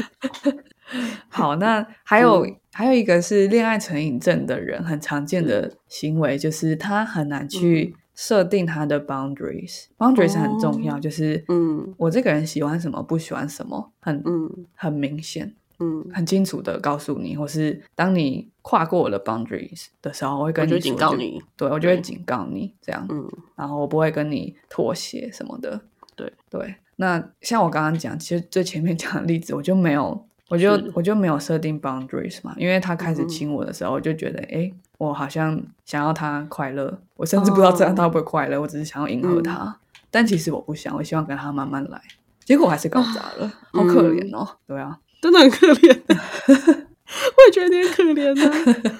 Speaker 2: 好，那还有、
Speaker 1: 嗯
Speaker 2: 还
Speaker 1: 嗯
Speaker 2: 有一个是恋爱成瘾症的人很常见的行为，就是他很难去设定他的 boundaries，boundaries boundaries 很重要，
Speaker 1: 哦
Speaker 2: 就是
Speaker 1: 嗯
Speaker 2: 我这个人喜欢什么，不喜欢什么，很
Speaker 1: 嗯
Speaker 2: 很明显、
Speaker 1: 嗯，
Speaker 2: 很清楚的告诉你，或是当你跨过我的 boundaries 的时候，我会
Speaker 1: 我
Speaker 2: 跟
Speaker 1: 就
Speaker 2: 你
Speaker 1: 警
Speaker 2: 说
Speaker 1: 告，你，
Speaker 2: 对我就会
Speaker 1: 嗯
Speaker 2: 警告你这样，
Speaker 1: 嗯
Speaker 2: 然后我不会跟你妥协什么的。
Speaker 1: 对
Speaker 2: 对，那像我刚刚讲，其实最前面 讲的例子，我就没有，我就是我就没有设定 boundaries 嘛，因为他开始
Speaker 1: 嗯哼
Speaker 2: 亲我的时候，我就觉得，诶，我好像想要他快乐，我甚至不知道这样
Speaker 1: 哦
Speaker 2: 他会不会快乐，我只是想要迎合
Speaker 1: 嗯
Speaker 2: 他，但其实我不想，我希望跟他慢慢来。结果我还是搞砸了，好
Speaker 1: 嗯
Speaker 2: 可怜哦。对啊，
Speaker 1: 真的很可怜， 我也觉得有点可怜啊呢、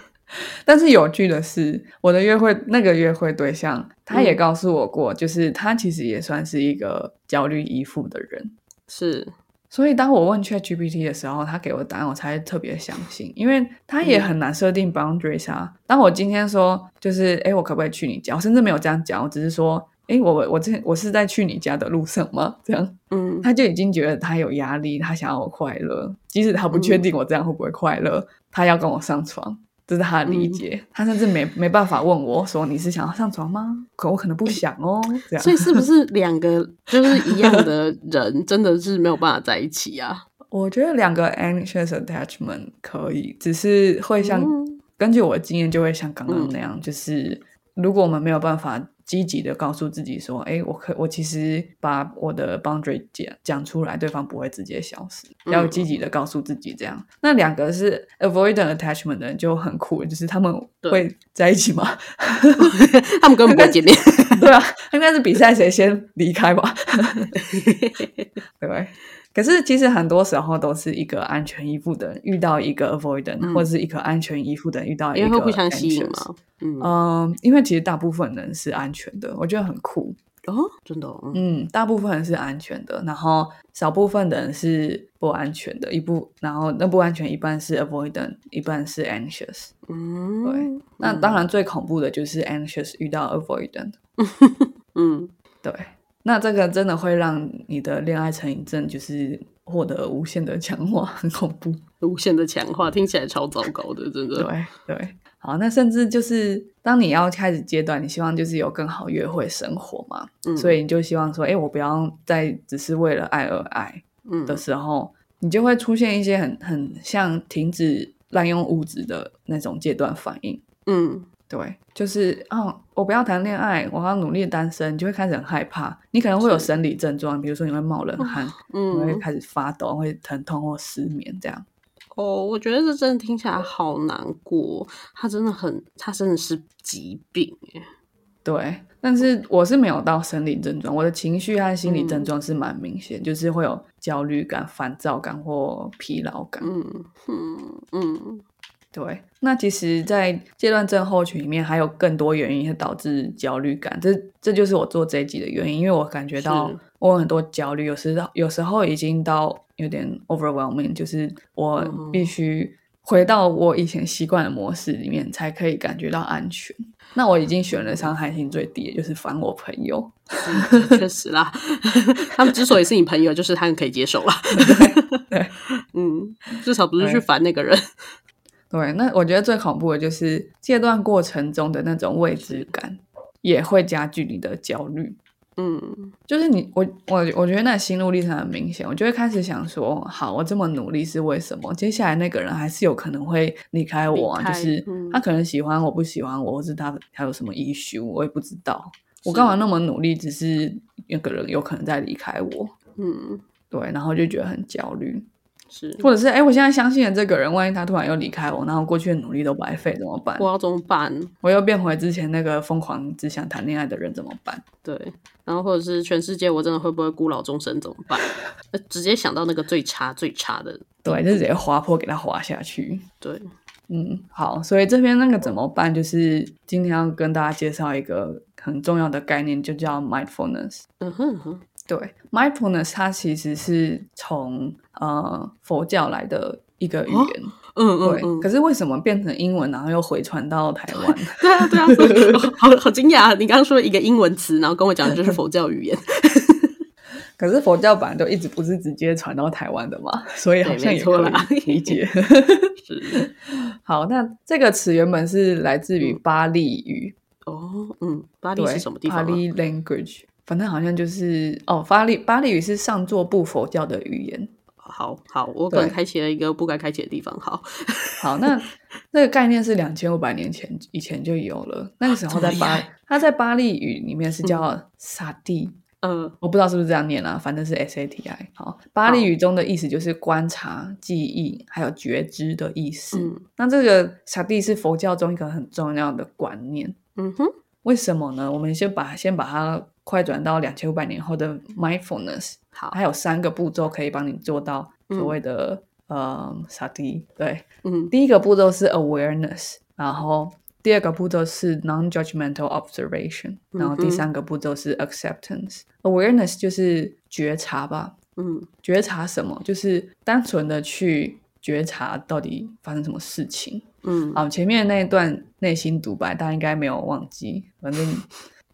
Speaker 2: 但是有趣的是，我的约会那个约会对象，他也
Speaker 1: 嗯
Speaker 2: 告诉我过，就是他其实也算是一个焦虑依附的人。
Speaker 1: 是，
Speaker 2: 所以当我问 ChatGPT 的时候，他给我答案，我才特别相信，因为他也很难设定 boundaries 啊。当我今天说，就是哎，诶我可不可以去你家？我甚至没有这样讲，我只是说，哎，我我这我是在去你家的路上吗？这样
Speaker 1: 嗯
Speaker 2: 他就已经觉得他有压力，他想要我快乐，即使他不确定我这样会不会快乐，他要跟我上床。这是他的理解，他甚至没没办法问我说你是想要上床吗？可我可能不想哦，这样
Speaker 1: 所以是不是两个就是一样的人，真的是没有办法在一起啊？
Speaker 2: 我觉得两个 anxious attachment 可以，只是会像、
Speaker 1: 嗯
Speaker 2: 根据我的经验，就会像刚刚
Speaker 1: 嗯
Speaker 2: 那样，就是如果我们没有办法积极的告诉自己说，哎，我可我其实把我的 boundary 讲讲出来，对方不会直接消失，
Speaker 1: 嗯
Speaker 2: 要积极的告诉自己这样。那两个是 avoidant attachment 的人就很酷，就是他们
Speaker 1: 对
Speaker 2: 会在一起吗？
Speaker 1: 他们根本不会见面。
Speaker 2: 对啊，应该是比赛谁先离开吧。 对，可是其实很多时候都是一个安全依附的人遇到一个 avoidant，、
Speaker 1: 嗯
Speaker 2: 或者是一个安全依附的人遇到一
Speaker 1: 因
Speaker 2: 个
Speaker 1: 为会互相吸引
Speaker 2: anxious
Speaker 1: 嘛。嗯，
Speaker 2: 嗯，因为其实大部分人是安全的，我觉得很酷。
Speaker 1: 哦，真的、哦，
Speaker 2: 嗯，大部分人是安全的，然后少部分的人是不安全的，一部然后那不安全一半是 avoidant，一半是 anxious。
Speaker 1: 嗯，
Speaker 2: 对
Speaker 1: 嗯
Speaker 2: 那当，然最恐怖的就是 anxious 遇到 avoidant。
Speaker 1: 嗯，
Speaker 2: 对，那这个真的会让你的恋爱成瘾症就是获得无限的强化， 很恐怖。
Speaker 1: 无限的强化听起来超糟糕的，真的。
Speaker 2: 对对，好，那甚至就是当你要开始阶段，你希望就是有更好约会生活嘛，
Speaker 1: 嗯，
Speaker 2: 所以你就希望说，哎，我不要再只是为了爱而爱
Speaker 1: 嗯
Speaker 2: 的时候，你就会出现一些很很像停止滥用物质的那种阶段反应。
Speaker 1: 嗯，
Speaker 2: 对，就是哦，我不要谈恋爱，我要努力单身，你就会开始很害怕，你可能会有
Speaker 1: 是
Speaker 2: 生理症状，比如说你会冒冷汗，你会
Speaker 1: 嗯，
Speaker 2: 开始发抖，会疼痛或失眠这样。
Speaker 1: 哦，我觉得这真的听起来好难过，他真的很，他真的是疾病耶。
Speaker 2: 对，但是我是没有到生理症状，我的情绪和心理症
Speaker 1: 嗯
Speaker 2: 状是蛮明显，就是会有焦虑感、烦躁感或疲劳感。
Speaker 1: 嗯嗯嗯
Speaker 2: 对，那其实，在戒断症候群里面，还有更多原因会导致焦虑感，这这就是我做这一集的原因，因为我感觉到
Speaker 1: 是
Speaker 2: 我有很多焦虑，有时到有时候已经到有点 overwhelming，就是我
Speaker 1: 嗯
Speaker 2: 必须回到我以前习惯的模式里面，才可以感觉到安全。那我已经选了伤害性最低，也就是烦我朋友，
Speaker 1: 嗯，确实啦， 他们之所以是你朋友，就是他们可以接受啦。
Speaker 2: 对，
Speaker 1: 嗯，至少不是去
Speaker 2: 对
Speaker 1: 烦那个人。
Speaker 2: 对，那我觉得最恐怖的就是戒断过程中的那种未知感，也会加剧你的焦虑。
Speaker 1: 嗯
Speaker 2: 就是你我我我觉得那心路历程很明显，我就会开始想说，好，我这么努力是为什么？接下来那个人还是有可能会离开我啊，
Speaker 1: 离开
Speaker 2: 就是
Speaker 1: 嗯
Speaker 2: 他可能喜欢我不喜欢我，或是他他有什么 issue，我也不知道。我
Speaker 1: 是
Speaker 2: 干嘛那么努力？只是那个人有可能在离开我，
Speaker 1: 嗯，
Speaker 2: 对，然后就觉得很焦虑，
Speaker 1: 是。
Speaker 2: 或者是哎，诶我现在相信了这个人，万一他突然又离开我，然后过去的努力都白费怎么办？
Speaker 1: 我
Speaker 2: 我
Speaker 1: 要怎么办？
Speaker 2: 又变回之前那个疯狂只想谈恋爱的人怎么办？
Speaker 1: 对，然后或者是全世界我真的会不会孤老终生怎么办？呃直接想到那个最差最差的，
Speaker 2: 对，就直接滑坡给他滑下去。
Speaker 1: 对，
Speaker 2: 嗯，好，所以这边那个怎么办？就是今天要跟大家介绍一个很重要的概念，就叫 mindfulness。
Speaker 1: 嗯哼哼，
Speaker 2: 对，mindfulness 它其实是从呃佛教来的一个语
Speaker 1: 哦
Speaker 2: 言，
Speaker 1: 嗯嗯
Speaker 2: 对。
Speaker 1: 嗯，
Speaker 2: 可是为什么变成英文，然后又回传到台湾？
Speaker 1: 对啊对啊，所以好好惊讶，啊你刚刚说一个英文词，然后跟我讲这是佛教语言，
Speaker 2: 可是佛教本来就一直不是直接传到台湾的嘛，所以好
Speaker 1: 对
Speaker 2: 像
Speaker 1: 没
Speaker 2: 也
Speaker 1: 错
Speaker 2: 可
Speaker 1: 啦
Speaker 2: 以理解。
Speaker 1: 是
Speaker 2: 好，那这个词原本是来自于
Speaker 1: 嗯
Speaker 2: 巴利语，
Speaker 1: 哦，哦，嗯，巴黎
Speaker 2: 对，
Speaker 1: 是什么地方、啊？
Speaker 2: 巴黎 language，反正好像就是哦，巴黎巴黎语是上座部佛教的语言。
Speaker 1: 好好，我可能
Speaker 2: 对
Speaker 1: 开启了一个不该开启的地方。好，
Speaker 2: 好， 那这个概念是两千五百年前以前就有了，那个时候在
Speaker 1: 这么厉
Speaker 2: 巴
Speaker 1: 害，嗯
Speaker 2: 它在巴利语里面是叫萨蒂。
Speaker 1: 呃，
Speaker 2: 我不知道是不是这样念啦、反正是 S A T I。好，巴利语中的意思就是观察、记忆，还有觉知的意思。
Speaker 1: 嗯
Speaker 2: 那这个萨蒂是佛教中一个很重要的观念，
Speaker 1: 嗯哼，
Speaker 2: 为什么呢？我们先把先把它快转到两千五百年后的 mindfulness，
Speaker 1: 好，
Speaker 2: 还有三个步骤可以帮你做到
Speaker 1: 嗯
Speaker 2: 所谓的、呃萨蒂。对，
Speaker 1: 嗯
Speaker 2: 第一个步骤是 awareness，然后第二个步骤是 non-judgmental observation，
Speaker 1: 嗯哼
Speaker 2: 然后第三个步骤是 acceptance。awareness 就是觉察吧，
Speaker 1: 嗯
Speaker 2: 觉察什么？就是单纯的去觉察到底发生什么事情。
Speaker 1: 嗯，
Speaker 2: 好，前面那一段内心独白，大家应该没有忘记，反正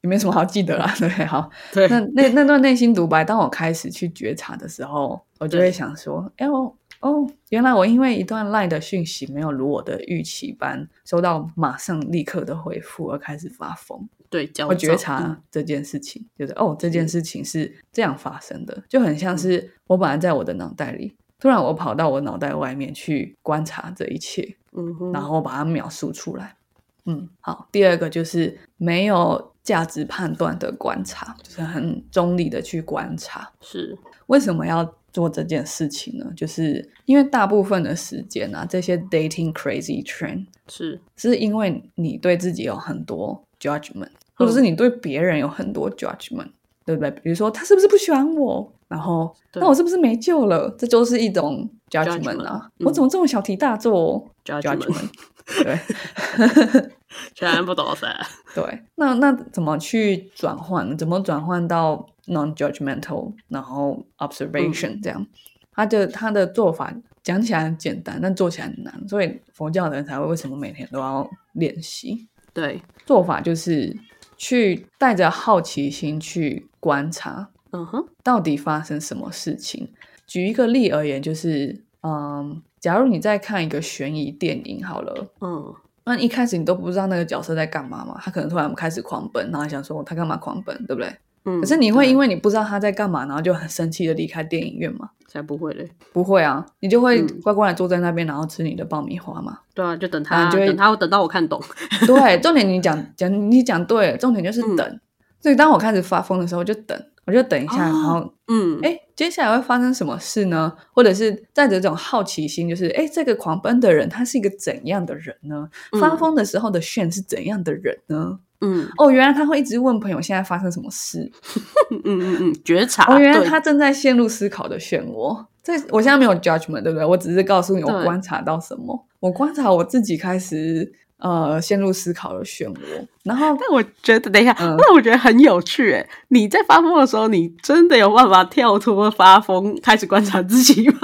Speaker 2: 也没什么好记得啦。 对，好，
Speaker 1: 对，
Speaker 2: 那那那段内心独白，当我开始去觉察的时候，我就
Speaker 1: 对
Speaker 2: 会想说，哎、我哦，原来我因为一段 LINE 的讯息没有如我的预期般收到马上立刻的回复而开始发疯，
Speaker 1: 对，焦
Speaker 2: 我觉
Speaker 1: 躁
Speaker 2: 察这件事情，就是哦，这
Speaker 1: 嗯
Speaker 2: 件事情是这样发生的，就很像是我本来在我的脑袋里，突然我跑到我脑袋外面去观察这一切，
Speaker 1: 嗯哼，
Speaker 2: 然后把它描述出来。嗯，好。第二个就是没有价值判断的观察，就是很中立的去观察。
Speaker 1: 是，
Speaker 2: 为什么要做这件事情呢？就是因为大部分的时间啊，这些 dating crazy trend
Speaker 1: 是，
Speaker 2: 是因为你对自己有很多
Speaker 1: 嗯
Speaker 2: judgment，或者是你对别人有很多 judgment，对不对？比如说他是不是不喜欢我，然后
Speaker 1: 对
Speaker 2: 那我是不是没救了？这就是一种 judgment 啊！
Speaker 1: 嗯
Speaker 2: 我怎么这么小题大做
Speaker 1: Judgment
Speaker 2: 对
Speaker 1: 全部都在。
Speaker 2: 对，那那怎么去转换？怎么转换到 non-judgmental，然后 observation 这样？他的他的做法讲起来很简单，但做起来很难，所以佛教的人才会为什么每天都要练习？
Speaker 1: 对，
Speaker 2: 做法就是去带着好奇心去观察
Speaker 1: 嗯哼，
Speaker 2: 到底发生什么事情。举一个例而言，就是嗯，假如你在看一个悬疑电影好了，
Speaker 1: 嗯
Speaker 2: 那一开始你都不知道那个角色在干嘛嘛，他可能突然开始狂奔，然后想说他干嘛狂奔，对不对？
Speaker 1: 嗯，
Speaker 2: 可是你会因
Speaker 1: 为
Speaker 2: 为你不知道他在干嘛，然后就很生气的离开电影院吗？
Speaker 1: 才不会嘞，
Speaker 2: 不会啊，你就会
Speaker 1: 嗯
Speaker 2: 乖乖的坐在那边，然后吃你的爆米 花嘛。
Speaker 1: 对啊，就等他，
Speaker 2: 啊就会
Speaker 1: 等他等到我看懂，
Speaker 2: 对，重点你讲讲你讲对了，重点就是
Speaker 1: 嗯
Speaker 2: 等。所以当我开始发疯的时候，我就等，我就等一下，
Speaker 1: 哦
Speaker 2: 然后
Speaker 1: 嗯，
Speaker 2: 哎，接下来会发生什么事呢？或者是带着这种好奇心，就是哎，这个狂奔的人他是一个怎样的人呢？发
Speaker 1: 嗯
Speaker 2: 疯的时候的炫是怎样的人呢？
Speaker 1: 嗯
Speaker 2: 哦，原来他会一直问朋友现在发生什么事。
Speaker 1: 嗯嗯嗯，觉察，
Speaker 2: 哦，原来
Speaker 1: 对
Speaker 2: 他正在陷入思考的漩涡。这我现在没有 judgment，对不对？我只是告诉你我
Speaker 1: 对
Speaker 2: 观察到什么，我观察我自己开始呃陷入思考的漩涡，然后
Speaker 1: 但我觉得，等一下，
Speaker 2: 嗯
Speaker 1: 那我觉得很有趣诶。你在发疯的时候，你真的有办法跳脱发疯，开始观察自己吗？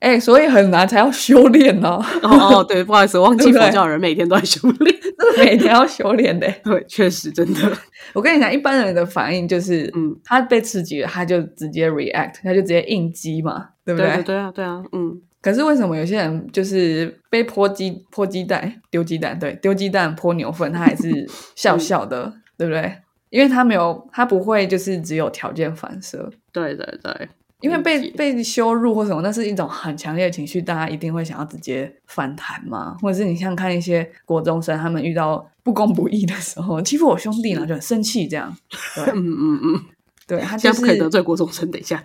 Speaker 2: 哎、所以很难才要修炼呢、
Speaker 1: 哦哦，对，不好意思，忘记
Speaker 2: 对不对
Speaker 1: 佛教人每天都在修炼。
Speaker 2: 每天要修炼的。
Speaker 1: 对，确实真的，
Speaker 2: 我跟你讲，一般人的反应就是，
Speaker 1: 嗯，
Speaker 2: 他被刺激了，他就直接 react，他就直接应激嘛，对不
Speaker 1: 对对对啊，对啊，嗯，
Speaker 2: 可是为什么有些人就是被泼鸡泼鸡蛋丢鸡蛋，对，丢鸡蛋泼牛粪，他还是笑笑的，对
Speaker 1: 嗯
Speaker 2: 不对？因为他没有，他不会就是只有条件反射，
Speaker 1: 对对对，嗯
Speaker 2: 因为
Speaker 1: 理
Speaker 2: 被
Speaker 1: 解
Speaker 2: 被羞辱或什么，那是一种很强烈的情绪，大家一定会想要直接反弹嘛。或者是你像看一些国中生，他们遇到不公不义的时候，欺负我兄弟呢，然后就很生气，这样，对
Speaker 1: 嗯嗯嗯，
Speaker 2: 对，他就
Speaker 1: 现在
Speaker 2: 是
Speaker 1: 不可以得罪郭中生，等一下，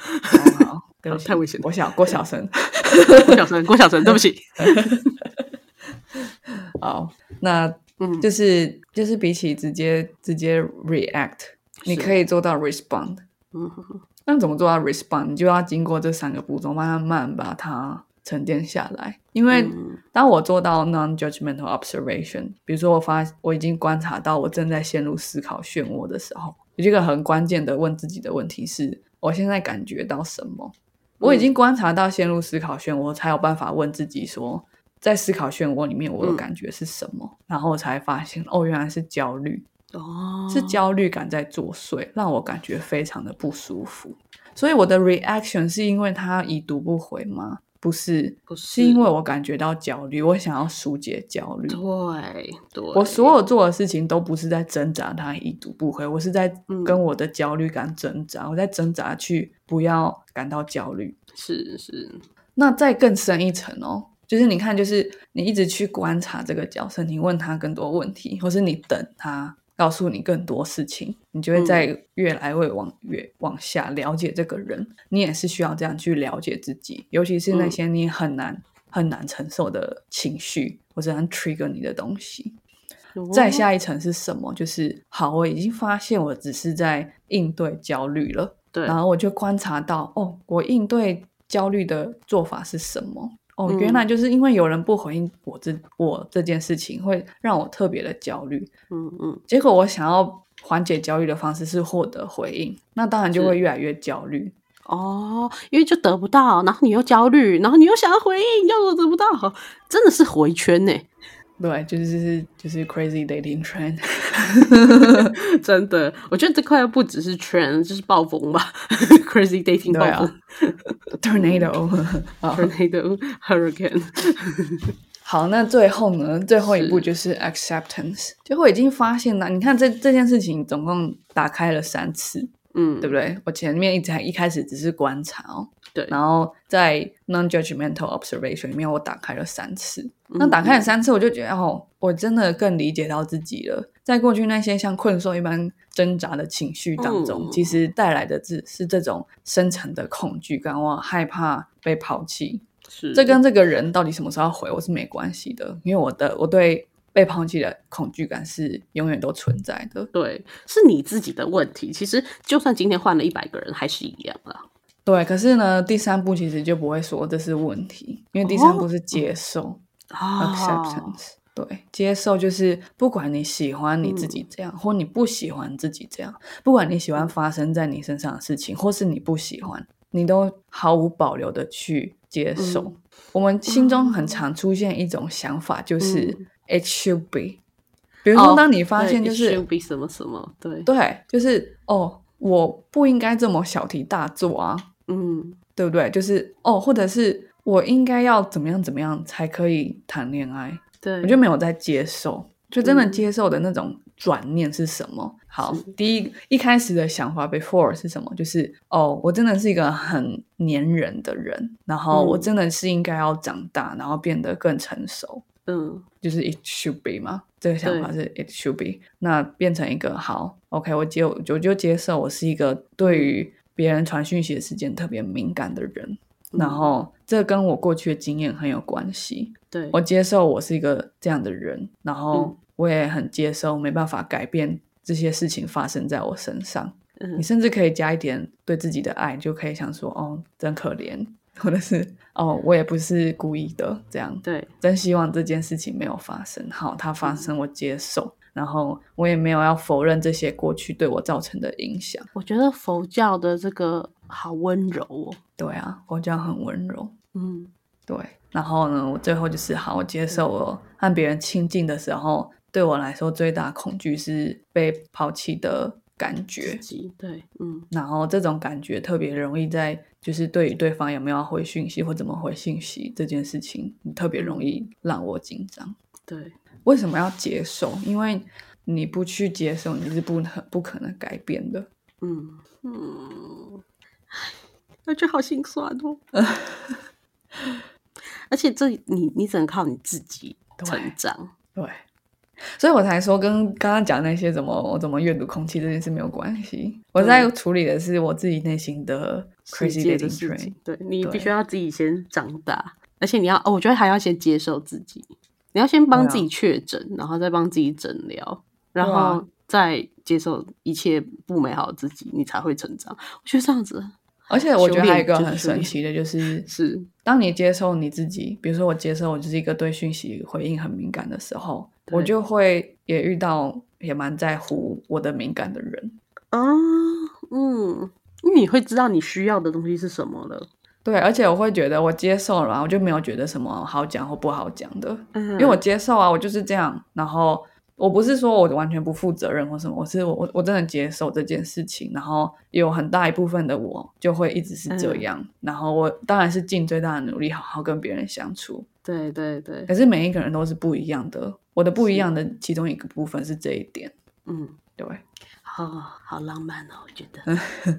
Speaker 2: 哦好对不起
Speaker 1: 太危险了
Speaker 2: 国小国小生。
Speaker 1: 郭晓晨，郭晓晨，对不起，
Speaker 2: 好，那
Speaker 1: 嗯，
Speaker 2: 就是就是比起直接直接 react，你可以做到 respond。
Speaker 1: 嗯
Speaker 2: 那怎么做到 respond？你就要经过这三个步骤，慢慢把它沉淀下来。因为
Speaker 1: 嗯
Speaker 2: 当我做到 non-judgmental observation，比如说我发我已经观察到我正在陷入思考漩涡的时候，有一个很关键的问自己的问题是：我现在感觉到什么？我已经观察到陷入思考漩涡，才有办法问自己说，在思考漩涡里面我的
Speaker 1: 嗯
Speaker 2: 感觉是什么？然后我才发现，哦，原来是焦虑，
Speaker 1: 哦，
Speaker 2: 是焦虑感在作祟，让我感觉非常的不舒服。所以我的 reaction 是因为它已读不回吗？不是，
Speaker 1: 不
Speaker 2: 是因为我感觉到焦虑，我想要疏解焦虑。
Speaker 1: 对对，
Speaker 2: 我所有做的事情都不是在挣扎它一读不回，我是在
Speaker 1: 嗯
Speaker 2: 跟我的焦虑感挣扎，我在挣扎去不要感到焦虑。
Speaker 1: 是是，
Speaker 2: 那再更深一层哦，就是你看，就是你一直去观察这个角色，你问他更多问题，或是你等他告诉你更多事情，你就会在越来越往越往下了解这个人。你也是需要这样去了解自己，尤其是那些你很难、很难承受的情绪，或者很 trigger 你的东西。
Speaker 1: 哦
Speaker 2: 再下一层是什么？就是好，我已经发现我只是在应对焦虑了。
Speaker 1: 对，
Speaker 2: 然后我就观察到，哦，我应对焦虑的做法是什么？哦，
Speaker 1: 嗯
Speaker 2: 原来就是因为有人不回应我这我这件事情，会让我特别的焦虑。
Speaker 1: 嗯嗯，
Speaker 2: 结果我想要缓解焦虑的方式是获得回应，那当然就是会越来越焦虑。
Speaker 1: 哦，因为就得不到，然后你又焦虑，然后你又想要回应，又得不到，真的是回圈呢、
Speaker 2: 对，就是就是 crazy dating trend。
Speaker 1: 真的，我觉得这块不只是 trend，就是暴风吧，crazy dating
Speaker 2: 对啊
Speaker 1: 暴风嗯
Speaker 2: tornado 好
Speaker 1: tornado hurricane，
Speaker 2: 好，那最后呢？最后一步
Speaker 1: 是
Speaker 2: 就是 acceptance。结果已经发现了，你看这这件事情总共打开了三次，
Speaker 1: 嗯，
Speaker 2: 对不对？我前面一直一开始只是观察哦，
Speaker 1: 对
Speaker 2: 然后在 non-judgmental observation 里面，我打开了三次。
Speaker 1: 嗯
Speaker 2: 那打开了三次，我就觉得哦，我真的更理解到自己了。在过去那些像困兽一般挣扎的情绪当中，
Speaker 1: 嗯
Speaker 2: 其实带来的是是这种深层的恐惧感，我害怕被抛弃。
Speaker 1: 是
Speaker 2: 这跟这个人到底什么时候要回我是没关系的，因为我的我对被抛弃的恐惧感是永远都存在的。
Speaker 1: 对是你自己的问题。其实就算今天换了一百个人，还是一样啦。
Speaker 2: 对，可是呢，第三步其实就不会说这是问题，因为第三步
Speaker 1: 哦
Speaker 2: 是接受、
Speaker 1: 啊
Speaker 2: acceptance。对，哦接受就是不管你喜欢你自己
Speaker 1: 嗯
Speaker 2: 这样，或你不喜欢自己这样，不管你喜欢发生在你身上的事情，或是你不喜欢，你都毫无保留的去接受。
Speaker 1: 嗯
Speaker 2: 我们心中很常出现一种想法，就是、
Speaker 1: 嗯
Speaker 2: it should be。比如
Speaker 1: 哦
Speaker 2: 说，当你发现就是、
Speaker 1: 比什么什么，对，
Speaker 2: 对，就是哦，我不应该这么小题大做啊，
Speaker 1: 嗯，
Speaker 2: 对不对？就是哦，或者是我应该要怎么样怎么样才可以谈恋爱？
Speaker 1: 对，
Speaker 2: 我就没有在接受，就真的
Speaker 1: 嗯
Speaker 2: 接受的那种转念是什么？好
Speaker 1: 是，
Speaker 2: 第一一开始的想法 before 是什么？就是哦，我真的是一个很粘人的人，然后我
Speaker 1: 嗯
Speaker 2: 真的是应该要长大，然后变得更成熟。
Speaker 1: 嗯
Speaker 2: 就是 it should be 嘛，这个想法是 it should be，那变成一个好 OK，我接我就接受我是一个对于别人传讯息的时间特别敏感的人，
Speaker 1: 嗯
Speaker 2: 然后这跟我过去的经验很有关系。
Speaker 1: 对，
Speaker 2: 我接受我是一个这样的人，然后
Speaker 1: 嗯
Speaker 2: 我也很接受没办法改变这些事情发生在我身上。
Speaker 1: 嗯
Speaker 2: 你甚至可以加一点对自己的爱，就可以想说哦，真可怜， 或者是哦，我也不是故意的这样。
Speaker 1: 对，
Speaker 2: 真希望这件事情没有发生。好，它发生我接受，然后我也没有要否认这些过去对我造成的影响。
Speaker 1: 我觉得佛教的这个好温柔哦，
Speaker 2: 对啊，我这样很温柔。
Speaker 1: 嗯
Speaker 2: 对，然后呢，我最后就是好，我接受我和别人亲近的时候，对我来说最大恐惧是被抛弃的感
Speaker 1: 自
Speaker 2: 觉。
Speaker 1: 己对，嗯
Speaker 2: 然后这种感觉特别容易在就是对于对方有没有要回讯息或怎么回讯息这件事情，特别容易让我紧张。
Speaker 1: 对，
Speaker 2: 为什么要接受？因为你不去接受，你是不能不可能改变的。
Speaker 1: 嗯嗯，我觉得好心酸哦。 而且这你你只能靠你自己
Speaker 2: 对
Speaker 1: 成长，
Speaker 2: 对，所以我才说跟刚刚讲那些怎么我怎么阅读空气这件事没有关系。我在处理的是我自己内心的
Speaker 1: 世
Speaker 2: crazy
Speaker 1: 界的
Speaker 2: dating
Speaker 1: 事
Speaker 2: train
Speaker 1: 情。，对你必
Speaker 2: 对
Speaker 1: 须要自己先长大，而且你要，哦、我觉得还要先接受自己，你要先帮
Speaker 2: 对啊
Speaker 1: 自己确诊，然后再帮自己诊疗，然
Speaker 2: 对啊
Speaker 1: 后再接受一切不美好的自己，你才会成长。我觉得这样子
Speaker 2: 而且我觉得还有一个
Speaker 1: 修炼就
Speaker 2: 很
Speaker 1: 是修
Speaker 2: 神
Speaker 1: 炼
Speaker 2: 奇的，就是
Speaker 1: 是，
Speaker 2: 当你接受你自己，比如说我接受我就是一个对讯息回应很敏感的时候，
Speaker 1: 对
Speaker 2: 我就会也遇到也蛮在乎我的敏感的人。
Speaker 1: 啊，嗯，因为你会知道你需要的东西是什么了，
Speaker 2: 对，而且我会觉得我接受了啊，我就没有觉得什么好讲或不好讲的。
Speaker 1: 嗯，
Speaker 2: 因为我接受啊，我就是这样，然后我不是说我完全不负责任或什么，我是我我我真的接受这件事情，然后有很大一部分的我就会一直是这样，
Speaker 1: 嗯
Speaker 2: 然后我当然是尽最大的努力好好跟别人相处，
Speaker 1: 对对对，
Speaker 2: 可是每一个人都是不一样的，我的不一样的其中一个部分是这一点，
Speaker 1: 嗯，
Speaker 2: 对，
Speaker 1: 哦，好浪漫哦，我觉得。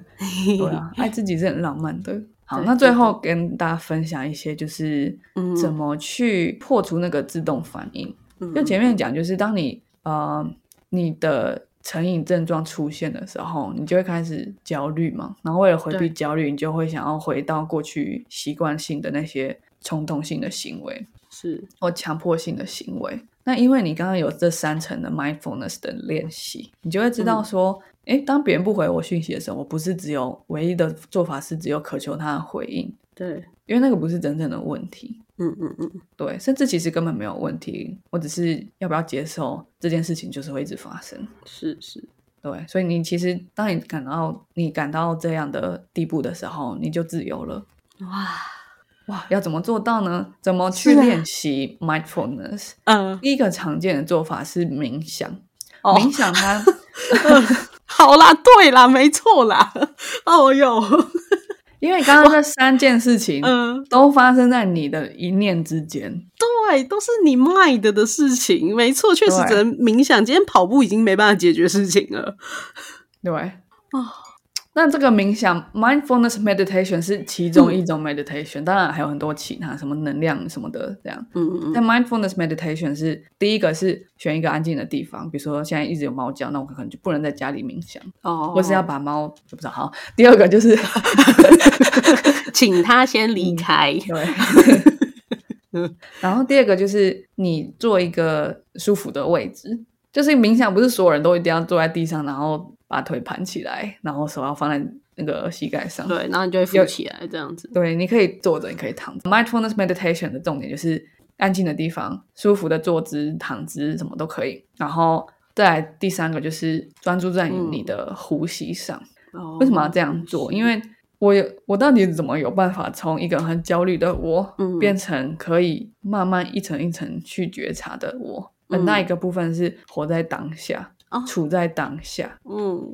Speaker 2: 对啊，爱自己是很浪漫的。好，
Speaker 1: 对
Speaker 2: 那
Speaker 1: 对
Speaker 2: 最后跟大家分享一些，就是
Speaker 1: 嗯
Speaker 2: 怎么去破除那个自动反应。
Speaker 1: 嗯
Speaker 2: 就前面讲，就是当你呃你的成瘾症状出现的时候，你就会开始焦虑嘛。然后为了回避
Speaker 1: 对
Speaker 2: 焦虑，你就会想要回到过去习惯性的那些冲动性的行为
Speaker 1: 是
Speaker 2: 或强迫性的行为。那因为你刚刚有这三层的 mindfulness 的练习，你就会知道说，诶，当别人不回我讯息的时候，我不是只有唯一的做法是只有渴求他的回应，
Speaker 1: 对，
Speaker 2: 因为那个不是真正的问题。
Speaker 1: 嗯嗯嗯，
Speaker 2: 对，甚至其实根本没有问题，我只是要不要接受这件事情，就是会一直发生。
Speaker 1: 是是，
Speaker 2: 对，所以你其实当你感到你感到这样的地步的时候，你就自由了。
Speaker 1: 哇，
Speaker 2: 哇，要怎么做到呢？怎么去
Speaker 1: 是啊
Speaker 2: 练习 mindfulness？、
Speaker 1: 嗯，
Speaker 2: 第一个常见的做法是冥想，
Speaker 1: 哦
Speaker 2: 冥想它
Speaker 1: 好啦，对啦，没错啦，哦哟，
Speaker 2: 因为 刚刚这三件事情
Speaker 1: 嗯，
Speaker 2: 都发生在你的一念之间，
Speaker 1: 对，都是你卖的的事情，没错，确实
Speaker 2: 对
Speaker 1: 只能冥想。今天跑步已经没办法解决事情了，
Speaker 2: 对
Speaker 1: 啊
Speaker 2: 那这个冥想 mindfulness meditation 是其
Speaker 1: 嗯
Speaker 2: 中一种 meditation，、当然还有很多其他什么能量什么的这样。
Speaker 1: 嗯嗯嗯，
Speaker 2: 但 mindfulness meditation 是第一个是选一个安静的地方，比如说现在一直有猫叫，那我可能就不能在家里冥想，
Speaker 1: 哦，
Speaker 2: 或是要把猫不知道好。第二个就是
Speaker 1: 请他先
Speaker 2: 嗯
Speaker 1: 离开，
Speaker 2: 对， 然后第二个就是你做一个舒服的位置，就是冥想，不是所有人都一定要坐在地上，然后把腿盘起来，然后手要放在那个膝盖上。
Speaker 1: 对，然后你就会扶
Speaker 2: 有
Speaker 1: 起来，这样子，
Speaker 2: 对，你可以坐着，你可以躺着。Mindfulness meditation 的重点就是安静的地方、舒服的坐姿、躺姿，什么都可以。然后再来第三个就是专注在
Speaker 1: 嗯
Speaker 2: 你的呼吸上。
Speaker 1: 哦
Speaker 2: 为什么要这样做？因为我有我到底怎么有办法从一个很焦虑的我，
Speaker 1: 嗯
Speaker 2: 变成可以慢慢一层一层去觉察的我？很大一个部分是活在当下，
Speaker 1: 嗯哦
Speaker 2: 处在当下。
Speaker 1: 嗯，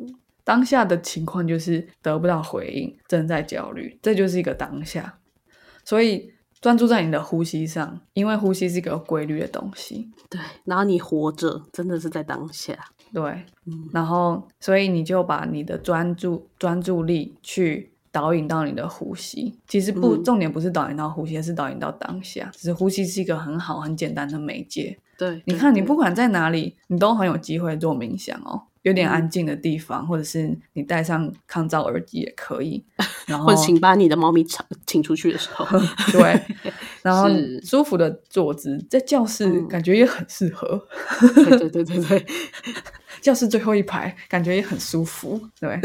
Speaker 2: 当下的情况就是得不到回应，正在焦虑，这就是一个当下。所以专注在你的呼吸上，因为呼吸是一个有规律的东西，
Speaker 1: 对，然后你活着真的是在当下，
Speaker 2: 对。
Speaker 1: 嗯
Speaker 2: 然后，所以你就把你的专注专注力去导引到你的呼吸。其实不，
Speaker 1: 嗯
Speaker 2: 重点不是导引到呼吸，而是导引到当下。只是呼吸是一个很好、很简单的媒介。
Speaker 1: 对，
Speaker 2: 你
Speaker 1: 对
Speaker 2: 看，你
Speaker 1: 对
Speaker 2: 不管在哪里，你都很有机会做冥想哦。有点
Speaker 1: 嗯
Speaker 2: 安静的地方，或者是你戴上抗噪耳机也可 以。然后，
Speaker 1: 或者请把你的猫咪请请出去的 时候，
Speaker 2: 对，然后
Speaker 1: 是
Speaker 2: 舒服的坐姿，在教室
Speaker 1: 嗯
Speaker 2: 感觉也很适合。
Speaker 1: 对对对对对，
Speaker 2: 教室最后一排感觉也很舒服，对。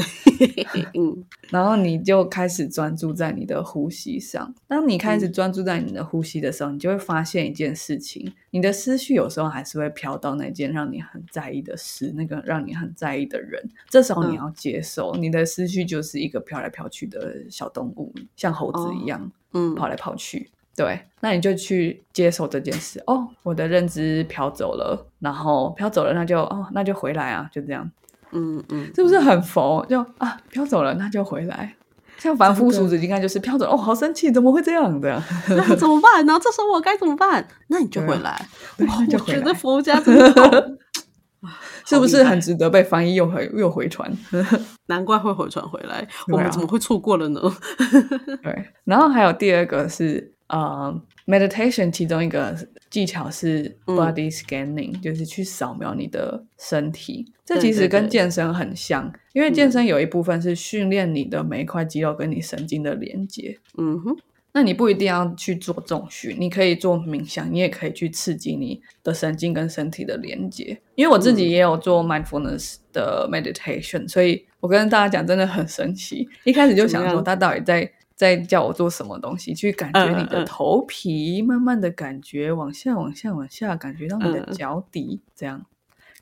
Speaker 1: 嗯
Speaker 2: 然后你就开始专注在你的呼吸上。当你开始专注在你的呼吸的时候，你就会发现一件事情：你的思绪有时候还是会飘到那件让你很在意的事，那个让你很在意的人。这时候你
Speaker 1: 嗯
Speaker 2: 要接受，你的思绪就是一个飘来飘去的小动物，像猴子一样、
Speaker 1: 嗯，
Speaker 2: 跑来跑去。对，那你就去接受这件事。哦，我的认知飘走了，然后飘走了，那就哦，那就回来啊，就这样。
Speaker 1: 嗯 嗯，
Speaker 2: 是不是很佛？就啊，飘走了，那就回来。像凡夫俗子应该就是飘走了，哦，好生气，怎么会这样 的？
Speaker 1: 那怎么办？然后这时候我该怎么办？那你就
Speaker 2: 对啊
Speaker 1: 回来，
Speaker 2: 对
Speaker 1: 哇
Speaker 2: 那就
Speaker 1: 我
Speaker 2: 回
Speaker 1: 觉得
Speaker 2: 来
Speaker 1: 佛家真的好。
Speaker 2: 是不
Speaker 1: 好
Speaker 2: 是
Speaker 1: 厉害
Speaker 2: 很值得被翻译又回又回 传？
Speaker 1: 难怪会回传回来，
Speaker 2: 对啊
Speaker 1: 我们怎么会错过了呢？
Speaker 2: 对。然后还有第二个是呃，meditation 其中一个技巧是
Speaker 1: 嗯
Speaker 2: body scanning，、就是去扫描你的身体。这
Speaker 1: 对
Speaker 2: 其实
Speaker 1: 对
Speaker 2: 跟
Speaker 1: 对
Speaker 2: 健身很像，因为
Speaker 1: 嗯
Speaker 2: 健身有一部分是训练你的每一块肌肉跟你神经的连接。
Speaker 1: 嗯哼，
Speaker 2: 那你不一定要去做重训，你可以做冥想，你也可以去刺激你的神经跟身体的连接。因为我
Speaker 1: 嗯
Speaker 2: 自己也有做 mindfulness 的 meditation，、所以我跟大家讲，真的很神奇。一开始就
Speaker 1: 怎
Speaker 2: 想
Speaker 1: 么
Speaker 2: 说，
Speaker 1: 样
Speaker 2: 他到底在在叫我做什么东西？去感觉你
Speaker 1: 嗯嗯
Speaker 2: 的
Speaker 1: 嗯
Speaker 2: 头皮，慢慢的感觉往下、往下、往下，感觉到你的
Speaker 1: 嗯嗯
Speaker 2: 脚底，这样。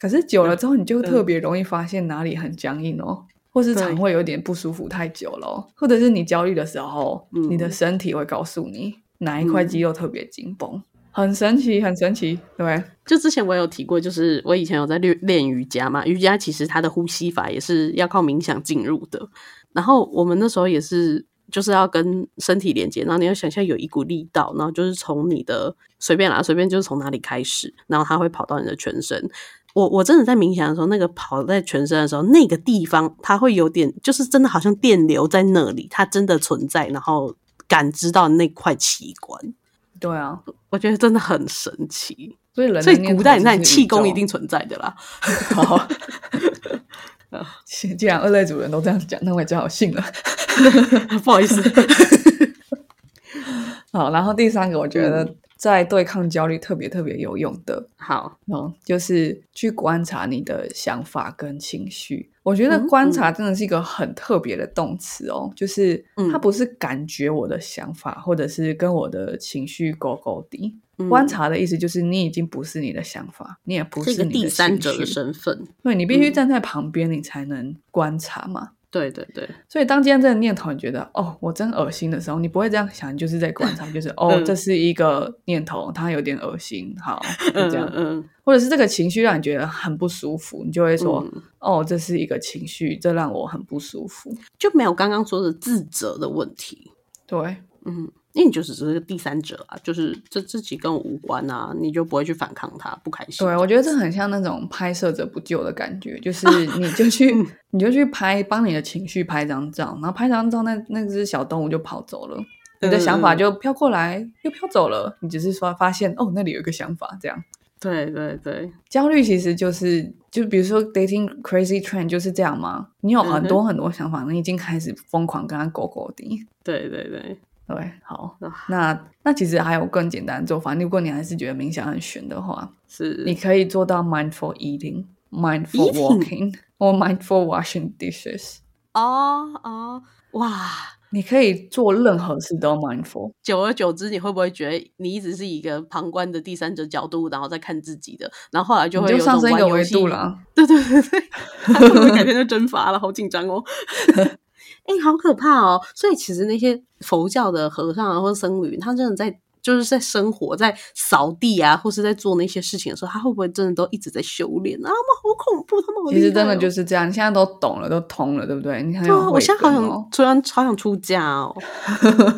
Speaker 2: 可是久了之后，你就
Speaker 1: 嗯
Speaker 2: 特别容易发现哪里很僵硬哦，或是肠
Speaker 1: 对
Speaker 2: 胃有点不舒服太久了哦，或者是你焦虑的时候，
Speaker 1: 嗯
Speaker 2: 你的身体会告诉你哪一块肌肉特别紧绷。很神奇，很神奇，对，
Speaker 1: 就之前我有提过，就是我以前有在练练瑜伽嘛，瑜伽其实它的呼吸法也是要靠冥想进入的。然后我们那时候也是，就是要跟身体连接，然后你要想象有一股力道，然后就是从你的随便啦，随便就是从哪里开始，然后它会跑到你的全身。我我真的在冥想的时候，那个跑在全身的时候，那个地方它会有点，就是真的好像电流在那里，它真的存在，然后感知到那块器官，
Speaker 2: 对啊，
Speaker 1: 我觉得真的很神奇。
Speaker 2: 所以人的
Speaker 1: 所以
Speaker 2: 念
Speaker 1: 古
Speaker 2: 头
Speaker 1: 代
Speaker 2: 就
Speaker 1: 那
Speaker 2: 是
Speaker 1: 你
Speaker 2: 宇
Speaker 1: 气功
Speaker 2: 宙
Speaker 1: 一定存在的啦。
Speaker 2: 好。 既然二类主人都这样讲，那我也只好信了。
Speaker 1: 不好意思，
Speaker 2: 好，然后第三个，我觉
Speaker 1: 嗯
Speaker 2: 得在对抗焦虑特别特别有用的，
Speaker 1: 好，
Speaker 2: 哦，就是去观察你的想法跟情绪。我觉得
Speaker 1: 嗯
Speaker 2: 观察真的是一个很特别的动词哦，就是它
Speaker 1: 嗯
Speaker 2: 不是感觉我的想法，或者是跟我的情绪勾勾的。
Speaker 1: 嗯
Speaker 2: 观察的意思就是你已经不是你的想法，你也不
Speaker 1: 是一
Speaker 2: 是
Speaker 1: 个
Speaker 2: 你
Speaker 1: 第三者
Speaker 2: 的
Speaker 1: 的
Speaker 2: 情绪
Speaker 1: 身份。
Speaker 2: 对你必须
Speaker 1: 嗯
Speaker 2: 站在旁边，你才能观察嘛。
Speaker 1: 对对对，
Speaker 2: 所以，当今天这个念头你觉得哦，我真恶心的时候，你不会这样想，你就是在观察，就是哦，
Speaker 1: 嗯
Speaker 2: 这是一个念头，它有点恶心，好，就
Speaker 1: 嗯
Speaker 2: 这样。
Speaker 1: 嗯，
Speaker 2: 或者是这个情绪让你觉得很不舒服，你就会说、
Speaker 1: 嗯
Speaker 2: 哦，这是一个情绪，这让我很不舒服。
Speaker 1: 就没有刚刚说的自责的问题。
Speaker 2: 对，
Speaker 1: 嗯，因为你就是只是个第三者啊，就是这自己跟我无关啊，你就不会去反抗他，不开心。
Speaker 2: 对，我觉得这很像那种拍摄者不救的感觉，就是你就去，你就去拍，帮你的情绪拍张照，然后拍张照那，那只小动物就跑走了，你的想法
Speaker 1: 嗯嗯
Speaker 2: 就飘过来，又飘走了，你只是说发现哦，那里有一个想法，这样。
Speaker 1: 对对对，
Speaker 2: 焦虑其实就是，就比如说 dating crazy trend 就是这样吗？你有很多很多想法，你已经开始疯狂跟他勾勾的。
Speaker 1: 对对对，
Speaker 2: 对，好
Speaker 1: 啊，
Speaker 2: 那那其实还有更简单的做法。如果你还是觉得冥想很悬的话，
Speaker 1: 是
Speaker 2: 你可以做到 mindful eating、mindful
Speaker 1: Eating
Speaker 2: walking 或 mindful washing dishes。
Speaker 1: 哦哦哇！
Speaker 2: 你可以做任何事都 mindful。
Speaker 1: 久而久之，你会不会觉得你一直是一个旁观的第三者角度，然后再看自己的，然后后来就
Speaker 2: 你
Speaker 1: 会
Speaker 2: 就
Speaker 1: 有
Speaker 2: 上
Speaker 1: 种
Speaker 2: 升一
Speaker 1: 玩
Speaker 2: 个
Speaker 1: 游
Speaker 2: 维
Speaker 1: 戏
Speaker 2: 度了啊，
Speaker 1: 对对对对，会不会改天就蒸发了？好紧张哦！ 哎、好可怕哦！所以其实那些佛教的和尚啊，或者僧侣，他真的在就是在生活、在扫地啊，或是在做那些事情的时候，他会不会真的都一直在修炼啊？他们好恐怖，他们好哦
Speaker 2: 其实真的就是是这样。你现在都懂了，都通了，对不对？你很
Speaker 1: 对
Speaker 2: 有
Speaker 1: 啊！我
Speaker 2: 慧
Speaker 1: 现在好
Speaker 2: 根
Speaker 1: 想
Speaker 2: 哦，
Speaker 1: 突然好想出家 哦，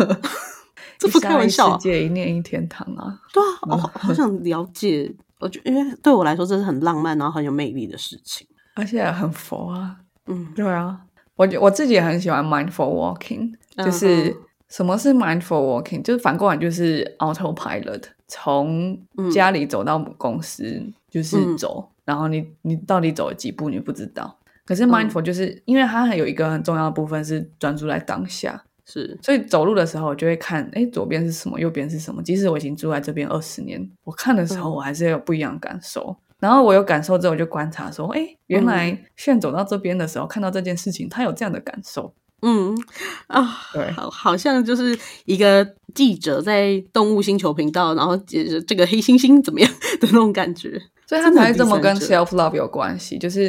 Speaker 1: 这不开玩笑、啊
Speaker 2: 世。界一念一天堂啊！
Speaker 1: 对啊，我好好想了解。我觉得，因为对我来说，这是很浪漫，然后很有魅力的事情。
Speaker 2: 而且很佛啊。
Speaker 1: 嗯，
Speaker 2: 对啊，我觉我自己也很喜欢 mindful walking，就
Speaker 1: 嗯
Speaker 2: 是
Speaker 1: 哼
Speaker 2: 什么是 mindful walking，就是反过来就是 autopilot，从
Speaker 1: 嗯
Speaker 2: 家里走到公司、就是走，然后你你到底走了几步你不知道。可
Speaker 1: 嗯
Speaker 2: 是 mindful 就是、因为它还有一个很重要的部分是专注在当下，
Speaker 1: 是
Speaker 2: 所以走路的时候我就会看，哎，左边是什么，右边是什么。即使我已经住在这边二十年，我看的时候
Speaker 1: 嗯
Speaker 2: 我还是有不一样的感受。然后我有感受之后，我就观察说，哎，原来
Speaker 1: 嗯
Speaker 2: 炫走到这边的时候，看到这件事情，他有这样的感受。
Speaker 1: 嗯啊。
Speaker 2: 对，
Speaker 1: 好，好像就是一个记者在动物星球频道，然后解释这个黑猩猩怎么样的那种感觉。
Speaker 2: 所以他
Speaker 1: 真的
Speaker 2: 才会
Speaker 1: 很
Speaker 2: 这么
Speaker 1: 第三
Speaker 2: 跟
Speaker 1: 者
Speaker 2: self love 有关系，就是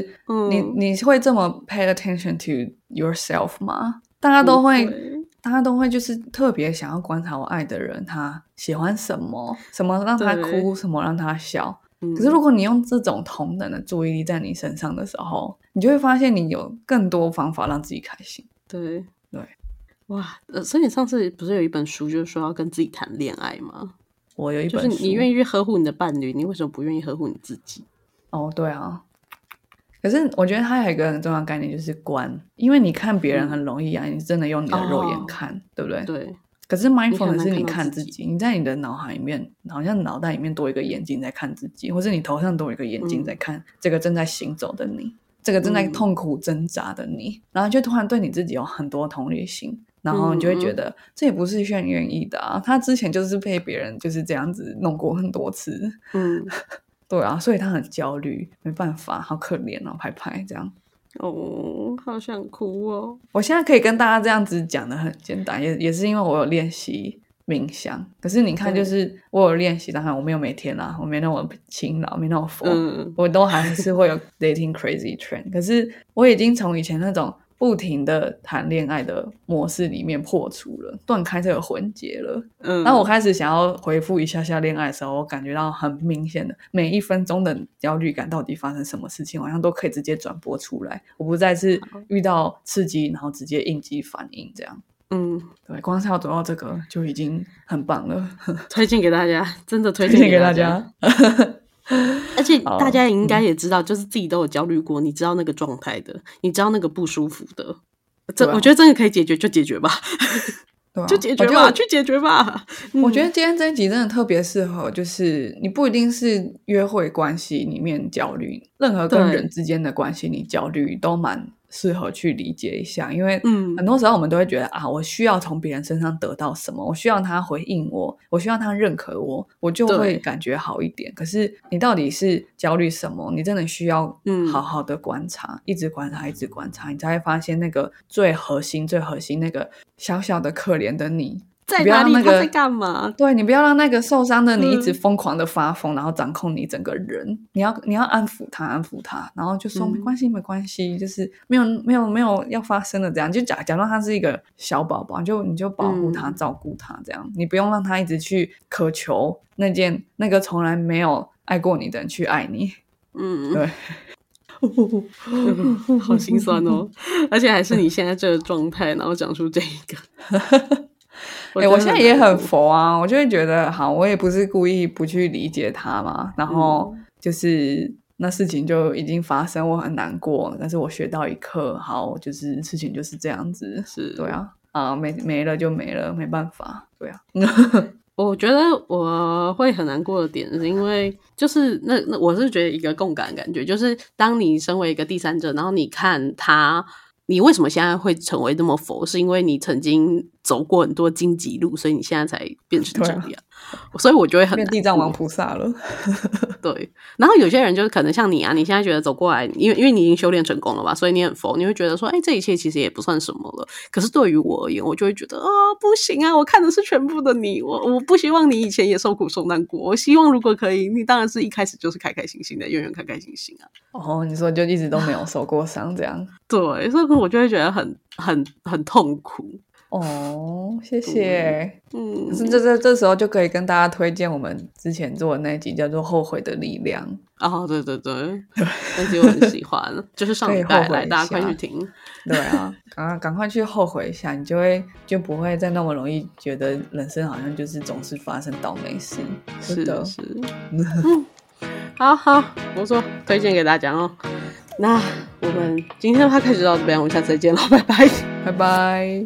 Speaker 2: 你、
Speaker 1: 嗯
Speaker 2: 你会这么 pay attention to yourself 吗？大家都会
Speaker 1: 不会，
Speaker 2: 大家都会就是特别想要观察我爱的人，他喜欢什么，什么让他
Speaker 1: 对
Speaker 2: 哭，什么让他笑。
Speaker 1: 嗯
Speaker 2: 可是如果你用这种同等的注意力在你身上的时候，你就会发现你有更多方法让自己开心。
Speaker 1: 对
Speaker 2: 对，
Speaker 1: 哇，呃，所以你上次不是有一本书，就是说要跟自己谈恋爱吗？
Speaker 2: 我有一
Speaker 1: 就
Speaker 2: 本
Speaker 1: 是
Speaker 2: 书，
Speaker 1: 你愿意去呵护你的伴侣，你为什么不愿意呵护你自己？
Speaker 2: 哦，对啊。可是我觉得它有一个很重要的概念，就是观，因为你看别人很容易啊，你真的用你的肉眼
Speaker 1: 嗯哦
Speaker 2: 看，对不对？
Speaker 1: 对，
Speaker 2: 可是
Speaker 1: 很
Speaker 2: mindfulness
Speaker 1: 难
Speaker 2: 是你
Speaker 1: 看到
Speaker 2: 看
Speaker 1: 自
Speaker 2: 自
Speaker 1: 己
Speaker 2: 己，你在你的脑海里面，好像脑袋里面多一个眼睛在看自己，或是你头上多一个眼睛
Speaker 1: 嗯
Speaker 2: 在看这个正在行走的你，这个正在
Speaker 1: 嗯
Speaker 2: 痛苦挣扎的你，然后就突然对你自己有很多同理心，然后你就会觉
Speaker 1: 嗯嗯
Speaker 2: 得这也不是炫愿意的啊，他之前就是被别人就是这样子弄过很多次，
Speaker 1: 嗯，
Speaker 2: 对啊，所以他很焦虑，没办法，好可怜哦，拍拍这样。
Speaker 1: 哦，好想哭哦。
Speaker 2: 我现在可以跟大家这样子讲的很简单，也也是因为我有练习冥想。可是你看，
Speaker 1: 对
Speaker 2: 就是我有练习，当然我没有每天啦，我没那么勤劳，没那么佛，
Speaker 1: 嗯
Speaker 2: 我都还是会有 dating crazy trend。可是我已经从以前那种。不停的谈恋爱的模式里面破除了，断开这个环节了。
Speaker 1: 嗯，
Speaker 2: 当我开始想要回复一下下恋爱的时候，我感觉到很明显的每一分钟的焦虑感，到底发生什么事情，好像都可以直接转播出来。我不再是遇到刺激，然后直接应激反应这样。
Speaker 1: 嗯，
Speaker 2: 对，光是要走到这个就已经很棒了，
Speaker 1: 推荐给大家，真的推
Speaker 2: 推荐给大
Speaker 1: 大。
Speaker 2: 家。
Speaker 1: 而且
Speaker 2: 好
Speaker 1: 大家应该也知道，就是自己都有焦虑过，你知道那个状态的，你知道那个不舒服的。这、
Speaker 2: 对啊
Speaker 1: 我觉得真的可以解决就解决吧，
Speaker 2: 对啊
Speaker 1: 就解决
Speaker 2: 我觉得
Speaker 1: 吧，
Speaker 2: 我
Speaker 1: 去解决吧。
Speaker 2: 我
Speaker 1: 嗯
Speaker 2: 觉得今天这一集真的特别适合，就是你不一定是约会关系里面焦虑，任何跟
Speaker 1: 对
Speaker 2: 人之间的关系你焦虑都蛮适合去理解一下，因为
Speaker 1: 嗯
Speaker 2: 很多时候我们都会觉得啊，我需要从别人身上得到什么，我需要他回应我，我需要他认可我，我就
Speaker 1: 对
Speaker 2: 会感觉好一点。可是你到底是焦虑什么？你真的需要
Speaker 1: 嗯
Speaker 2: 好好的观察，一直观察，一直观察，你才会发现那个最核心、最核心那个小小的可怜的你。
Speaker 1: 在
Speaker 2: 不要
Speaker 1: 哪里？
Speaker 2: 让那
Speaker 1: 他
Speaker 2: 个
Speaker 1: 在干嘛？
Speaker 2: 对你不要让那个受伤的你一直
Speaker 1: 嗯
Speaker 2: 疯狂的发疯，然后掌控你整个人。你要你要安抚他，安抚他，然后就说、
Speaker 1: 嗯
Speaker 2: 没关系，没关系，就是没有没有没有要发生的这样，就假假装他是一个小宝宝，就你就保护他，
Speaker 1: 嗯
Speaker 2: 照顾他，这样你不用让他一直去渴求那件那个从来没有爱过你的人去爱你。
Speaker 1: 嗯，
Speaker 2: 对，
Speaker 1: 好心酸哦，而且还是你现在这个状态，然后讲出这一个。
Speaker 2: 哎、
Speaker 1: 真的
Speaker 2: 我现在也
Speaker 1: 难
Speaker 2: 很
Speaker 1: 过
Speaker 2: 佛啊，我就会觉得，好，我也不是故意不去理解他嘛，然
Speaker 1: 嗯
Speaker 2: 后就是、那事情就已经发生，我很难过，但是我学到一课，好，就是事情就是这样子，
Speaker 1: 是
Speaker 2: 对啊，啊，没没了就没了，没办法，对啊，
Speaker 1: 我觉得我会很难过的点，是因为就是那那我是觉得一个共感感觉，就是当你身为一个第三者，然后你看他，你为什么现在会成为那么佛，是因为你曾经走过很多荆棘路，所以你现在才变成这
Speaker 2: 对啊
Speaker 1: 样。所以我就会很
Speaker 2: 变
Speaker 1: 难
Speaker 2: 地藏
Speaker 1: 过
Speaker 2: 王菩萨 了，
Speaker 1: 对，然后有些人就是可能像你啊，你现在觉得走过来，因为因为你已经修炼成功了吧，所以你很佛，你会觉得说，哎，这一切其实也不算什么了。可是对于我而言，我就会觉得啊、不行啊，我看的是全部的你，我我不希望你以前也受苦受难过，我希望如果可以，你当然是一开始就是开开心心的，永远开开心心啊。
Speaker 2: 哦，你说就一直都没有受过伤，这样，
Speaker 1: 对，所以我就会觉得很很很痛苦。
Speaker 2: 哦，谢谢。
Speaker 1: 嗯
Speaker 2: 可，是这这这时候就可以跟大家推荐我们之前做的那一集叫做《后悔的力量》，
Speaker 1: 啊，对对对，但是我很喜欢，就是上
Speaker 2: 可以
Speaker 1: 礼
Speaker 2: 后
Speaker 1: 拜
Speaker 2: 悔
Speaker 1: 来，
Speaker 2: 一
Speaker 1: 大家快
Speaker 2: 下
Speaker 1: 去听。
Speaker 2: 对啊，赶快赶快去后悔一下，你就会就不会再那么容易觉得人生好像就是总是发生倒霉事。
Speaker 1: 是
Speaker 2: 真的，
Speaker 1: 是，嗯， 好好，不错，推荐给大家哦。那我们今天的 p 开始到这边，我们下次再见了，拜拜。
Speaker 2: 拜拜。